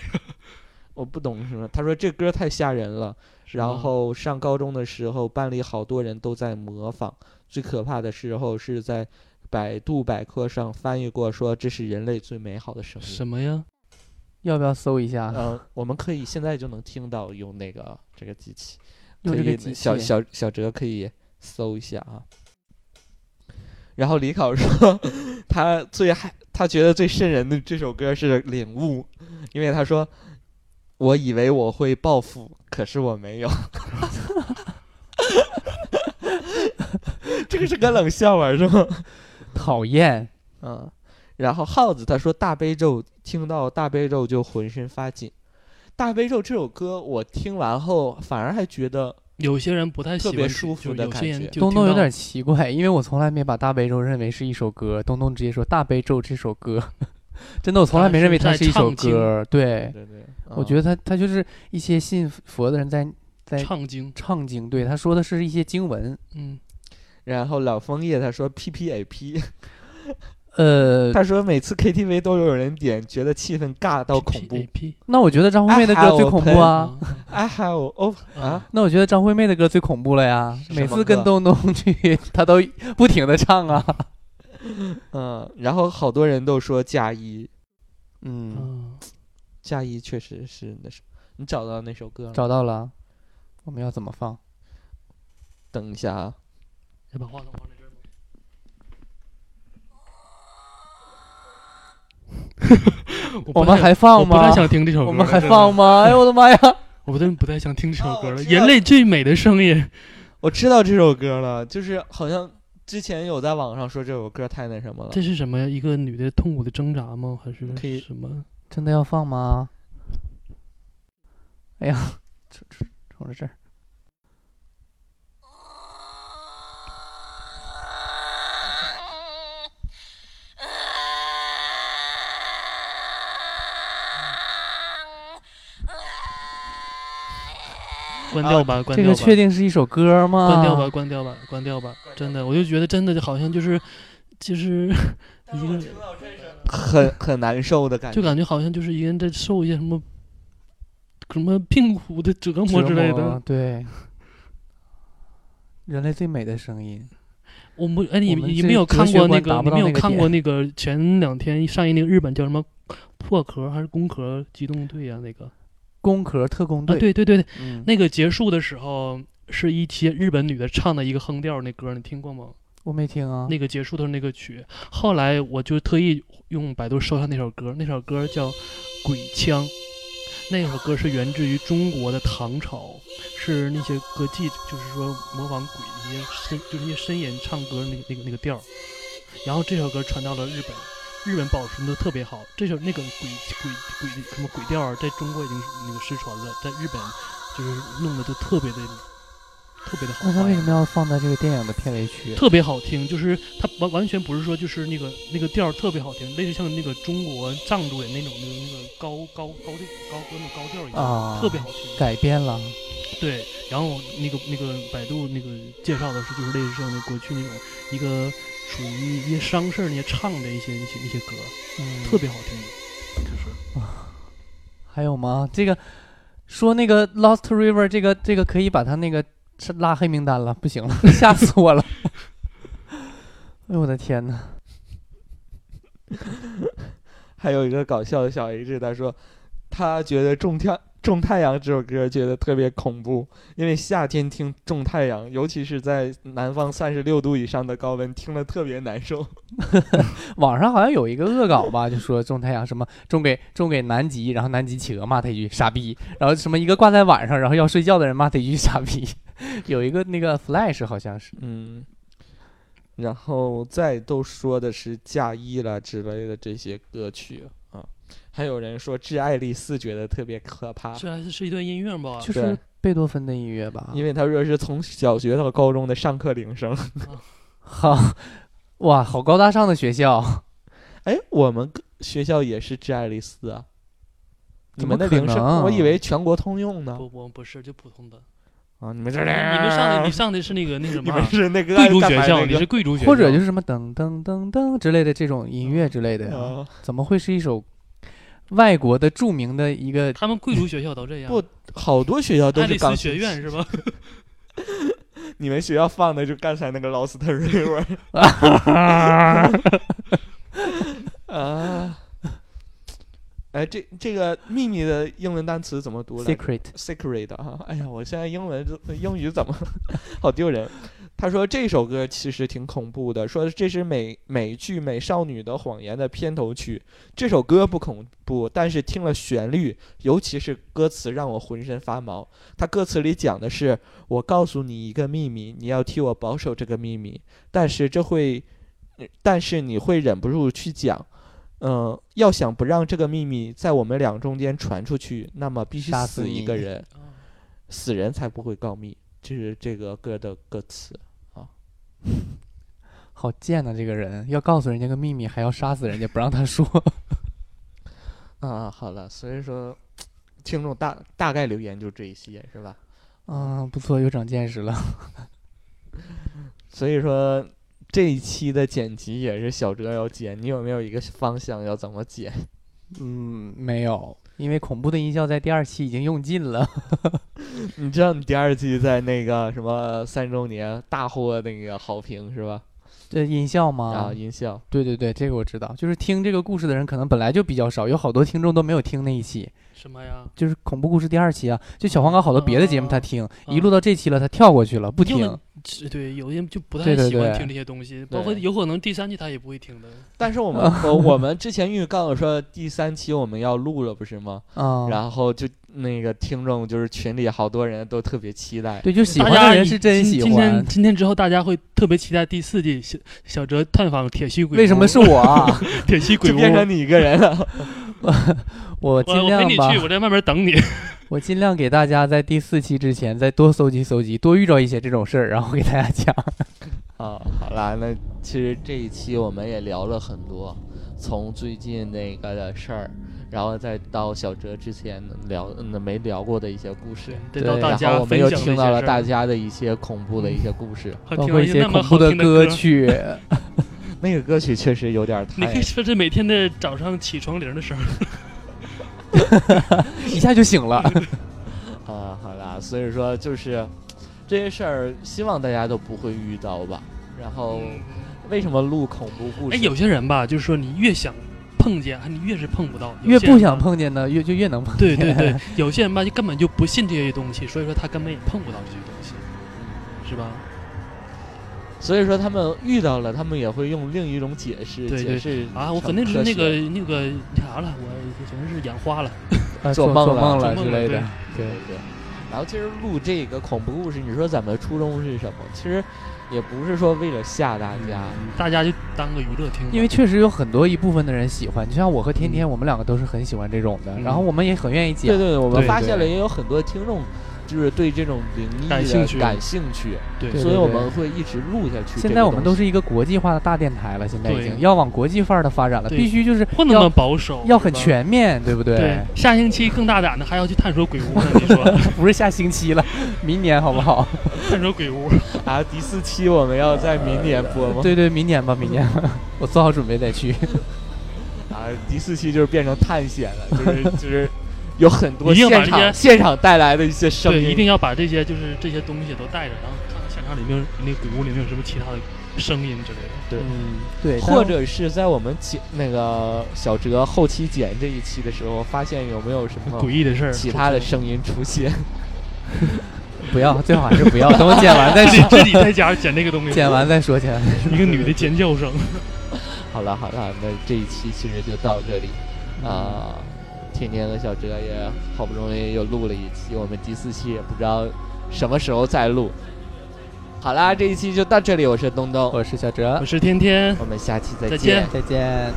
Speaker 7: 我不懂是吗？他说这歌太吓人了。
Speaker 8: 嗯
Speaker 7: 然后上高中的时候，班里好多人都在模仿。最可怕的时候是在百度百科上翻译过，说这是人类最美好的声音。
Speaker 8: 什么呀？
Speaker 9: 要不要搜一下？
Speaker 7: 嗯、我们可以现在就能听到用那个这个机器，
Speaker 9: 用
Speaker 7: 可
Speaker 9: 这个
Speaker 7: 以
Speaker 9: 机
Speaker 7: 小
Speaker 9: 器
Speaker 7: 小小哲可以搜一下啊。然后李考说， 他最害他觉得最瘆人的这首歌是《领悟》，因为他说，我以为我会暴富，可是我没有。 这个是个冷笑话是吗？
Speaker 9: 讨厌，
Speaker 7: 嗯，然后耗子他说大悲咒，听到大悲咒就浑身发紧。大悲咒这首歌我听完后反而还觉得，
Speaker 8: 有些人不太喜欢
Speaker 7: 特别
Speaker 8: 听
Speaker 7: 舒服
Speaker 8: 就
Speaker 7: 的
Speaker 8: 有
Speaker 7: 感
Speaker 8: 些人
Speaker 7: 觉
Speaker 8: 就
Speaker 9: 东
Speaker 8: 听
Speaker 9: 东有
Speaker 8: 到
Speaker 9: 点奇怪，因为我从来没把《大悲咒》认为是一首歌，东东直接说《大悲咒》这首歌， 真的我从来没认为它
Speaker 8: 他是
Speaker 9: 一首
Speaker 8: 在唱经嗯
Speaker 9: 歌。对，嗯
Speaker 7: 对对，
Speaker 9: 我觉
Speaker 7: 得
Speaker 9: 得他他就是一些信佛的人在在
Speaker 8: 唱经，
Speaker 9: 唱经，对他说的是一些经文。
Speaker 8: 嗯，
Speaker 7: 然后老枫叶他说 P P A P，
Speaker 9: 呃，
Speaker 7: 他说每次 K T V 都有人点，觉得气氛尬到恐怖。
Speaker 8: PAP
Speaker 9: 那我觉得张惠妹的歌最恐怖
Speaker 8: 嗯
Speaker 9: 啊！
Speaker 7: 啊哈哦哦啊！
Speaker 9: 那我觉得张惠妹的歌最恐怖了呀，
Speaker 7: 什么
Speaker 9: 每次跟
Speaker 7: 歌
Speaker 9: 东东去，她都不停的唱啊。
Speaker 7: 嗯，然后好多人都说嫁衣，
Speaker 9: 嗯，
Speaker 8: 嗯，
Speaker 7: 嫁衣确实是那首，你找到那首歌了吗？
Speaker 9: 找到了，我们要怎么放？
Speaker 7: 等一下啊，
Speaker 8: 要把话筒放在这儿吗？我不
Speaker 9: 我们
Speaker 8: 太
Speaker 9: 还放
Speaker 8: 我
Speaker 9: 吗？
Speaker 8: 不太想听这首歌了，
Speaker 9: 我们还
Speaker 8: 真的
Speaker 9: 放？吗？ 哎呦我的妈呀！
Speaker 8: 我真的不太想听这首
Speaker 7: 哦
Speaker 8: 歌
Speaker 7: 我
Speaker 8: 了。
Speaker 7: 知
Speaker 8: 人
Speaker 7: 道
Speaker 8: 类最美的 声音，
Speaker 7: 我知道这首歌了，就是好像之前有在网上说这首歌太那什么了。
Speaker 8: 这是什么呀？一个女的痛苦的挣扎吗？还是
Speaker 7: 可以
Speaker 8: 什么？
Speaker 9: 真的要放吗？哎呀，冲冲冲着这儿，
Speaker 8: 关掉吧，关
Speaker 9: 啊这
Speaker 8: 掉
Speaker 9: 个
Speaker 8: 吧。
Speaker 9: 确定是一首歌吗？
Speaker 8: 关掉吧，，关掉吧，关掉吧！真的，我就觉得真的就好像就是，就是一个人，
Speaker 7: 很很难受的感觉。
Speaker 8: 就感觉好像就是一个人在受一些什么什么病苦的折磨之类
Speaker 9: 啊
Speaker 8: 的。
Speaker 9: 对。人类最美的声音，
Speaker 8: 我们哎，你
Speaker 9: 我们
Speaker 8: 你
Speaker 9: 这
Speaker 8: 没有
Speaker 9: 哲
Speaker 8: 看
Speaker 9: 学
Speaker 8: 过那
Speaker 9: 观
Speaker 8: 个，
Speaker 9: 达不
Speaker 8: 你
Speaker 9: 到
Speaker 8: 没有
Speaker 9: 那个
Speaker 8: 看
Speaker 9: 点
Speaker 8: 过那个前两天上映那个日本叫什么破壳还是工壳机动队啊？那个
Speaker 9: 工壳特工
Speaker 8: 啊，
Speaker 9: 队，
Speaker 8: 对对对对，
Speaker 9: 嗯，
Speaker 8: 那个结束的时候是一些日本女的唱的一个哼调，那歌你听过吗？
Speaker 9: 我没听啊，
Speaker 8: 那个结束的那个曲。后来我就特意用百度搜下那首歌，那首歌叫《鬼腔》，那首歌是源自于中国的唐朝，是那些歌妓就是说模仿鬼的一些深就是一些深吟唱歌那个那个那个调儿，然后这首歌传到了日本。日本保存的特别好，这首那个鬼鬼鬼什么鬼调儿，在中国已经那个失传了，在日本就是弄的就特别的特别的好。
Speaker 9: 那他为什么要放在这个电影的片尾曲？
Speaker 8: 特别好听，就是它完完全不是说就是那个那个调儿特别好听，类似像那个中国藏族人那种那个那个高高高调高歌那种高调儿一样，
Speaker 9: 啊
Speaker 8: 特别好听。
Speaker 9: 改编了，
Speaker 8: 对，然后那个那个百度那个介绍的是就是类似像那过去那种一个属于一些商事儿那些唱的一些一些一些歌，
Speaker 9: 嗯，
Speaker 8: 特别好听，就是。
Speaker 9: 还有吗？这个说那个 Lost River，这个这个可以把他那个是拉黑名单了，不行了， 吓死我了！哎呦我的天哪！
Speaker 7: 还有一个搞笑的小 H，他说他觉得种太种太阳这首歌觉得特别恐怖，因为夏天听种太阳，尤其是在南方三十六度以上的高温，听了特别难受。
Speaker 9: 网上好像有一个恶搞吧，就说种太阳什么种给种给南极，然后南极企鹅骂他一句傻逼，然后什么一个挂在晚上，然后要睡觉的人骂他一句傻逼， 有一个那个 Flash 好像是，
Speaker 7: 嗯，然后再都说的是嫁衣了之类的这些歌曲啊，还有人说《致爱丽丝》觉得特别可怕，
Speaker 8: 这还是是一段音乐吧？
Speaker 9: 就是贝多芬的音乐吧？
Speaker 7: 因为他说是从小学到高中的上课铃声。
Speaker 9: 好，哇，好高大上的学校，
Speaker 7: 哎，我们个学校也是致爱丽丝啊。你
Speaker 9: 怎
Speaker 7: 们
Speaker 9: 么
Speaker 7: 的
Speaker 9: 可
Speaker 7: 铃声，我以
Speaker 9: 能
Speaker 7: 为全国通用呢。
Speaker 8: 不不不是，就普通的。
Speaker 7: 啊，你们这
Speaker 8: 你们上的你上的是那个那个什
Speaker 7: 你
Speaker 8: 么
Speaker 7: 们
Speaker 8: 啊？
Speaker 7: 是那个
Speaker 8: 贵族
Speaker 7: 干
Speaker 8: 学
Speaker 7: 嘛
Speaker 8: 校，
Speaker 7: 那
Speaker 8: 你
Speaker 7: 个
Speaker 8: 是贵族学校，
Speaker 9: 或者就是什么噔噔噔噔之类的这种音乐之类的呀，
Speaker 8: 嗯
Speaker 7: 啊
Speaker 9: 怎么会是一首外国的著名的一个？
Speaker 8: 他们贵族学校都这样。
Speaker 7: 不好多学校都
Speaker 8: 爱
Speaker 7: 是
Speaker 8: 丽丝
Speaker 7: 钢
Speaker 8: 学
Speaker 7: 琴
Speaker 8: 院是吧？
Speaker 7: 你们学校放的就刚才那个 Lost River 啊。哎，这这个秘密的英文单词怎么读来着
Speaker 9: Secret，
Speaker 7: secret 啊！哎呀，我现在英文英语怎么 好丢人？他说这首歌其实挺恐怖的，说这是美美剧《美少女的谎言》的片头曲。这首歌不恐怖，但是听了旋律，尤其是歌词，让我浑身发毛。他歌词里讲的是：“我告诉你一个秘密，你要替我保守这个秘密，但是这会，但是你会忍不住去讲。”嗯，要想不让这个秘密在我们俩中间传出去，那么必须
Speaker 9: 杀死
Speaker 7: 死一
Speaker 9: 你
Speaker 7: 个人。
Speaker 8: 啊
Speaker 7: 死人才不会告密，这是这个歌的歌词。
Speaker 9: 好贱呐、啊这个人要告诉人家个秘密，还要杀死人家，不让他说。
Speaker 7: 啊，好了，所以说，听众大大概留言就这一些，是吧？
Speaker 9: 嗯，不错，又长见识了。
Speaker 7: 所以说这一期的剪辑也是小哲要剪，你有没有一个方向要怎么剪？
Speaker 9: 嗯，没有，因为恐怖的音效在第二期已经用尽 了。
Speaker 7: 你知道你第二季在那个什么三周年大获那个好评是吧？
Speaker 9: 这音效吗
Speaker 7: 啊，？音效
Speaker 9: 对对对，这个我知道。就是听这个故事的人可能本来就比较少，有好多听众都没有听那一期，
Speaker 8: 什么呀？
Speaker 9: 就是恐怖故事第二期啊。就小黄稿好多别的节目他听，
Speaker 8: 嗯
Speaker 9: 一录到这期了他跳过去了，不
Speaker 8: 因为
Speaker 9: 听。
Speaker 8: 是对，有些人就不太
Speaker 9: 对对
Speaker 8: 喜欢
Speaker 9: 对
Speaker 8: 听这些东西，包括有可能第三季他也不会听的。
Speaker 7: 但是我们、我我们之前预告说第三期我们要录了，不是吗？
Speaker 9: 啊、
Speaker 7: 然后就那个听众就是群里好多人都特别期待，
Speaker 9: 对，就喜
Speaker 8: 大
Speaker 9: 欢
Speaker 8: 家
Speaker 9: 的人
Speaker 8: 以
Speaker 9: 是真
Speaker 8: 今
Speaker 9: 喜
Speaker 8: 今天
Speaker 9: 欢。
Speaker 8: 今天之后，大家会特别期待第四季小小哲探访铁西鬼屋。
Speaker 9: 为什么是我啊？
Speaker 8: 铁西鬼
Speaker 7: 就
Speaker 8: 屋？
Speaker 7: 变成你一个人了。
Speaker 9: 我
Speaker 8: 我
Speaker 9: 尽
Speaker 8: 我陪
Speaker 9: 量
Speaker 8: 你
Speaker 9: 吧
Speaker 8: 去，，我在外面等你。
Speaker 9: 我尽量给大家在第四期之前再多搜集搜集，多遇着一些这种事儿，然后给大家讲。
Speaker 7: 啊，好啦，那其实这一期我们也聊了很多，从最近那个的事儿，然后再到小哲之前聊嗯没聊过的一些故事，
Speaker 8: 对到大家
Speaker 7: 然后我们又
Speaker 8: 分享
Speaker 7: 听到
Speaker 8: 这些
Speaker 7: 了
Speaker 8: 事儿嗯
Speaker 7: 大家的一些恐怖的一些故事，
Speaker 8: 还
Speaker 9: 包
Speaker 8: 听
Speaker 9: 括
Speaker 8: 了
Speaker 9: 一些
Speaker 8: 那么
Speaker 9: 恐
Speaker 8: 好
Speaker 9: 怖的
Speaker 8: 听歌。
Speaker 9: 曲， 哎
Speaker 7: 那个歌曲确实有点
Speaker 8: 你
Speaker 7: 太
Speaker 8: 可以说是每天的早上起床铃的声儿，
Speaker 9: 一下就醒了。
Speaker 7: 啊、好啦，所以说就是这些事儿，希望大家都不会遇到吧。然后为什么录恐怖故事？
Speaker 8: 嗯哎，有些人吧，就是说你越想碰见，你越是碰不到，有
Speaker 9: 越
Speaker 8: 些
Speaker 9: 不
Speaker 8: 人
Speaker 9: 想
Speaker 8: 吧。
Speaker 9: 碰见呢，越就越能碰见。
Speaker 8: 对对对，有些人吧就根本就不信这些东西，所以说他根本也碰不到这些东西，是吧？
Speaker 7: 所以说他们遇到了，他们也会用另一种解释
Speaker 8: 对
Speaker 7: 解
Speaker 8: 对
Speaker 7: 释
Speaker 8: 啊，我
Speaker 7: 成
Speaker 8: 肯定是
Speaker 7: 科
Speaker 8: 那
Speaker 7: 学
Speaker 8: 个那个那啥了，我可能是眼花了。
Speaker 9: 啊，
Speaker 7: 做
Speaker 9: 做
Speaker 7: 梦了
Speaker 9: 梦
Speaker 8: 做
Speaker 9: 了
Speaker 8: 梦
Speaker 9: 之
Speaker 8: 了
Speaker 9: 类
Speaker 8: 对
Speaker 9: 的。
Speaker 7: 对对。然后其实录这个恐怖故事，你说咱们的初衷是什么？其实也不是说为了吓大家，
Speaker 8: 大家就当个娱乐听吧，
Speaker 9: 因为确实有很多一部分的人喜欢，就像我和天天，我们两个都是很喜欢这种的，
Speaker 8: 嗯
Speaker 9: 然后我们也很愿意
Speaker 7: 对
Speaker 9: 讲。
Speaker 7: 对对，我们
Speaker 8: 对
Speaker 7: 发
Speaker 9: 对
Speaker 7: 现了也有很多听众就是对这种灵异的
Speaker 8: 感兴趣
Speaker 7: 感兴趣
Speaker 8: 对
Speaker 9: 对
Speaker 7: 所以我们会一直录下去这个东西。
Speaker 9: 现在我们都是一个国际化的大电台了，现在已
Speaker 8: 对
Speaker 9: 经要往国际范儿的发展了，
Speaker 8: 对
Speaker 9: 必须就是
Speaker 8: 不那么
Speaker 9: 要
Speaker 8: 保守，
Speaker 9: 要很
Speaker 8: 是吧。
Speaker 9: 全面，对不对？
Speaker 8: 对，下星期更大胆的还要去探索鬼屋呢，你说
Speaker 9: 不是下星期了，明年好不好？
Speaker 8: 探索鬼屋？
Speaker 7: 啊，第四期我们要在明年播吗？
Speaker 9: 对对，明年吧，明年 吧，我做好准备再去。
Speaker 7: 啊，第四期就是变成探险了， 就是就是有很多
Speaker 8: 一定要
Speaker 7: 现
Speaker 8: 把这些
Speaker 7: 场现场带来的一些声
Speaker 8: 对，
Speaker 7: 音，
Speaker 8: 一定要把这些就是这些东西都带着，然后看看现场里面那鬼屋里面有什么其他的声音之类的。
Speaker 7: 对
Speaker 9: 嗯，对，但
Speaker 7: 或者是在我们剪那个小哲后期剪这一期的时候，发现有没有什么
Speaker 8: 诡异的事儿，
Speaker 7: 哦其他的声音出现？
Speaker 9: 不要，最好还是不要，等我剪完再
Speaker 8: 自己
Speaker 9: 说，
Speaker 8: 自己在家剪这个东西，
Speaker 9: 剪完再说，剪完再说。
Speaker 8: 一个女的尖叫声，
Speaker 7: 好了好了，那这一期其实就到这里
Speaker 9: 嗯
Speaker 7: 啊。天天和小哲也好不容易又录了一期，我们第四期也不知道什么时候再录。好啦，这一期就到这里，我是东东，
Speaker 9: 我是小哲
Speaker 8: 我，是天天。
Speaker 7: 我们下期
Speaker 8: 再
Speaker 7: 见
Speaker 8: 见
Speaker 9: 再见。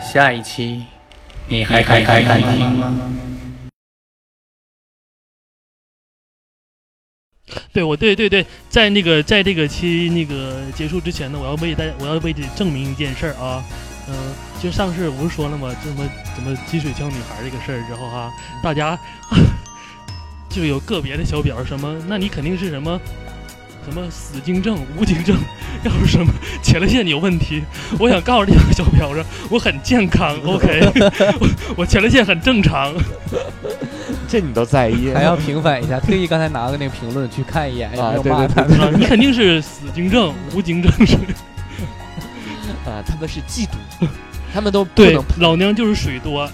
Speaker 3: 下一期你还敢敢敢听吗？
Speaker 8: 对，我对对对，在那个在这个期那个结束之前呢，我要为大家，我要为这证明一件事儿啊，嗯、就上次不是说了吗？这什么什么积水枪女孩这个事儿之后哈、大家 就有个别的小表儿什么，那你肯定是什么什么死精症、无精症，要是什么前列腺有问题，我想告诉这个小表儿，我很健康，OK，我 我前列腺很正常。
Speaker 7: 这你都在意？
Speaker 9: 还要平反一下，特意刚才拿了那个评论去看一眼，有
Speaker 7: 啊
Speaker 9: 哎没有
Speaker 7: 对
Speaker 9: 骂
Speaker 7: 对
Speaker 9: 他？
Speaker 8: 啊，你肯定是死精症、无精症是。
Speaker 7: 啊，他们是嫉妒， 他们都不
Speaker 8: 对
Speaker 7: 能，，
Speaker 8: 老娘就是水多，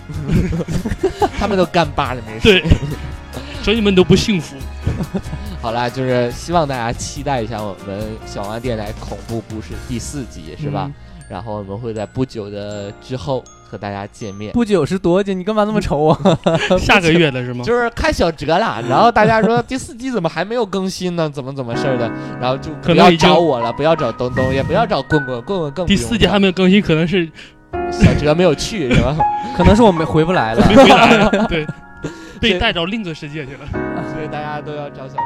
Speaker 7: 他们都干巴的没事。
Speaker 8: 对，所以你们都不幸福。
Speaker 7: 好啦，就是希望大家期待一下我们小王电台恐怖故事第四集，是吧？然后我们会在不久的之后和大家见面。
Speaker 9: 不久是多久？你干嘛那么啊瞅我？
Speaker 8: 下个月的是 吗？
Speaker 7: 就是看小哲啦，
Speaker 8: 嗯
Speaker 7: 然后大家说第四季怎么还没有更新呢？怎么怎么事儿的，然后就
Speaker 8: 可
Speaker 7: 不
Speaker 8: 能
Speaker 7: 要
Speaker 8: 已经
Speaker 7: 找我了，不要找东东，也不要找棍棍，棍棍更不
Speaker 8: 第
Speaker 7: 用
Speaker 8: 四季
Speaker 7: 了
Speaker 8: 还没有更新，可能是
Speaker 7: 小哲没有去是吧？
Speaker 9: 可能是我没回不来了。
Speaker 8: 没回来，对，被带到另一个世界去了。
Speaker 7: 所以大家都要找小哲。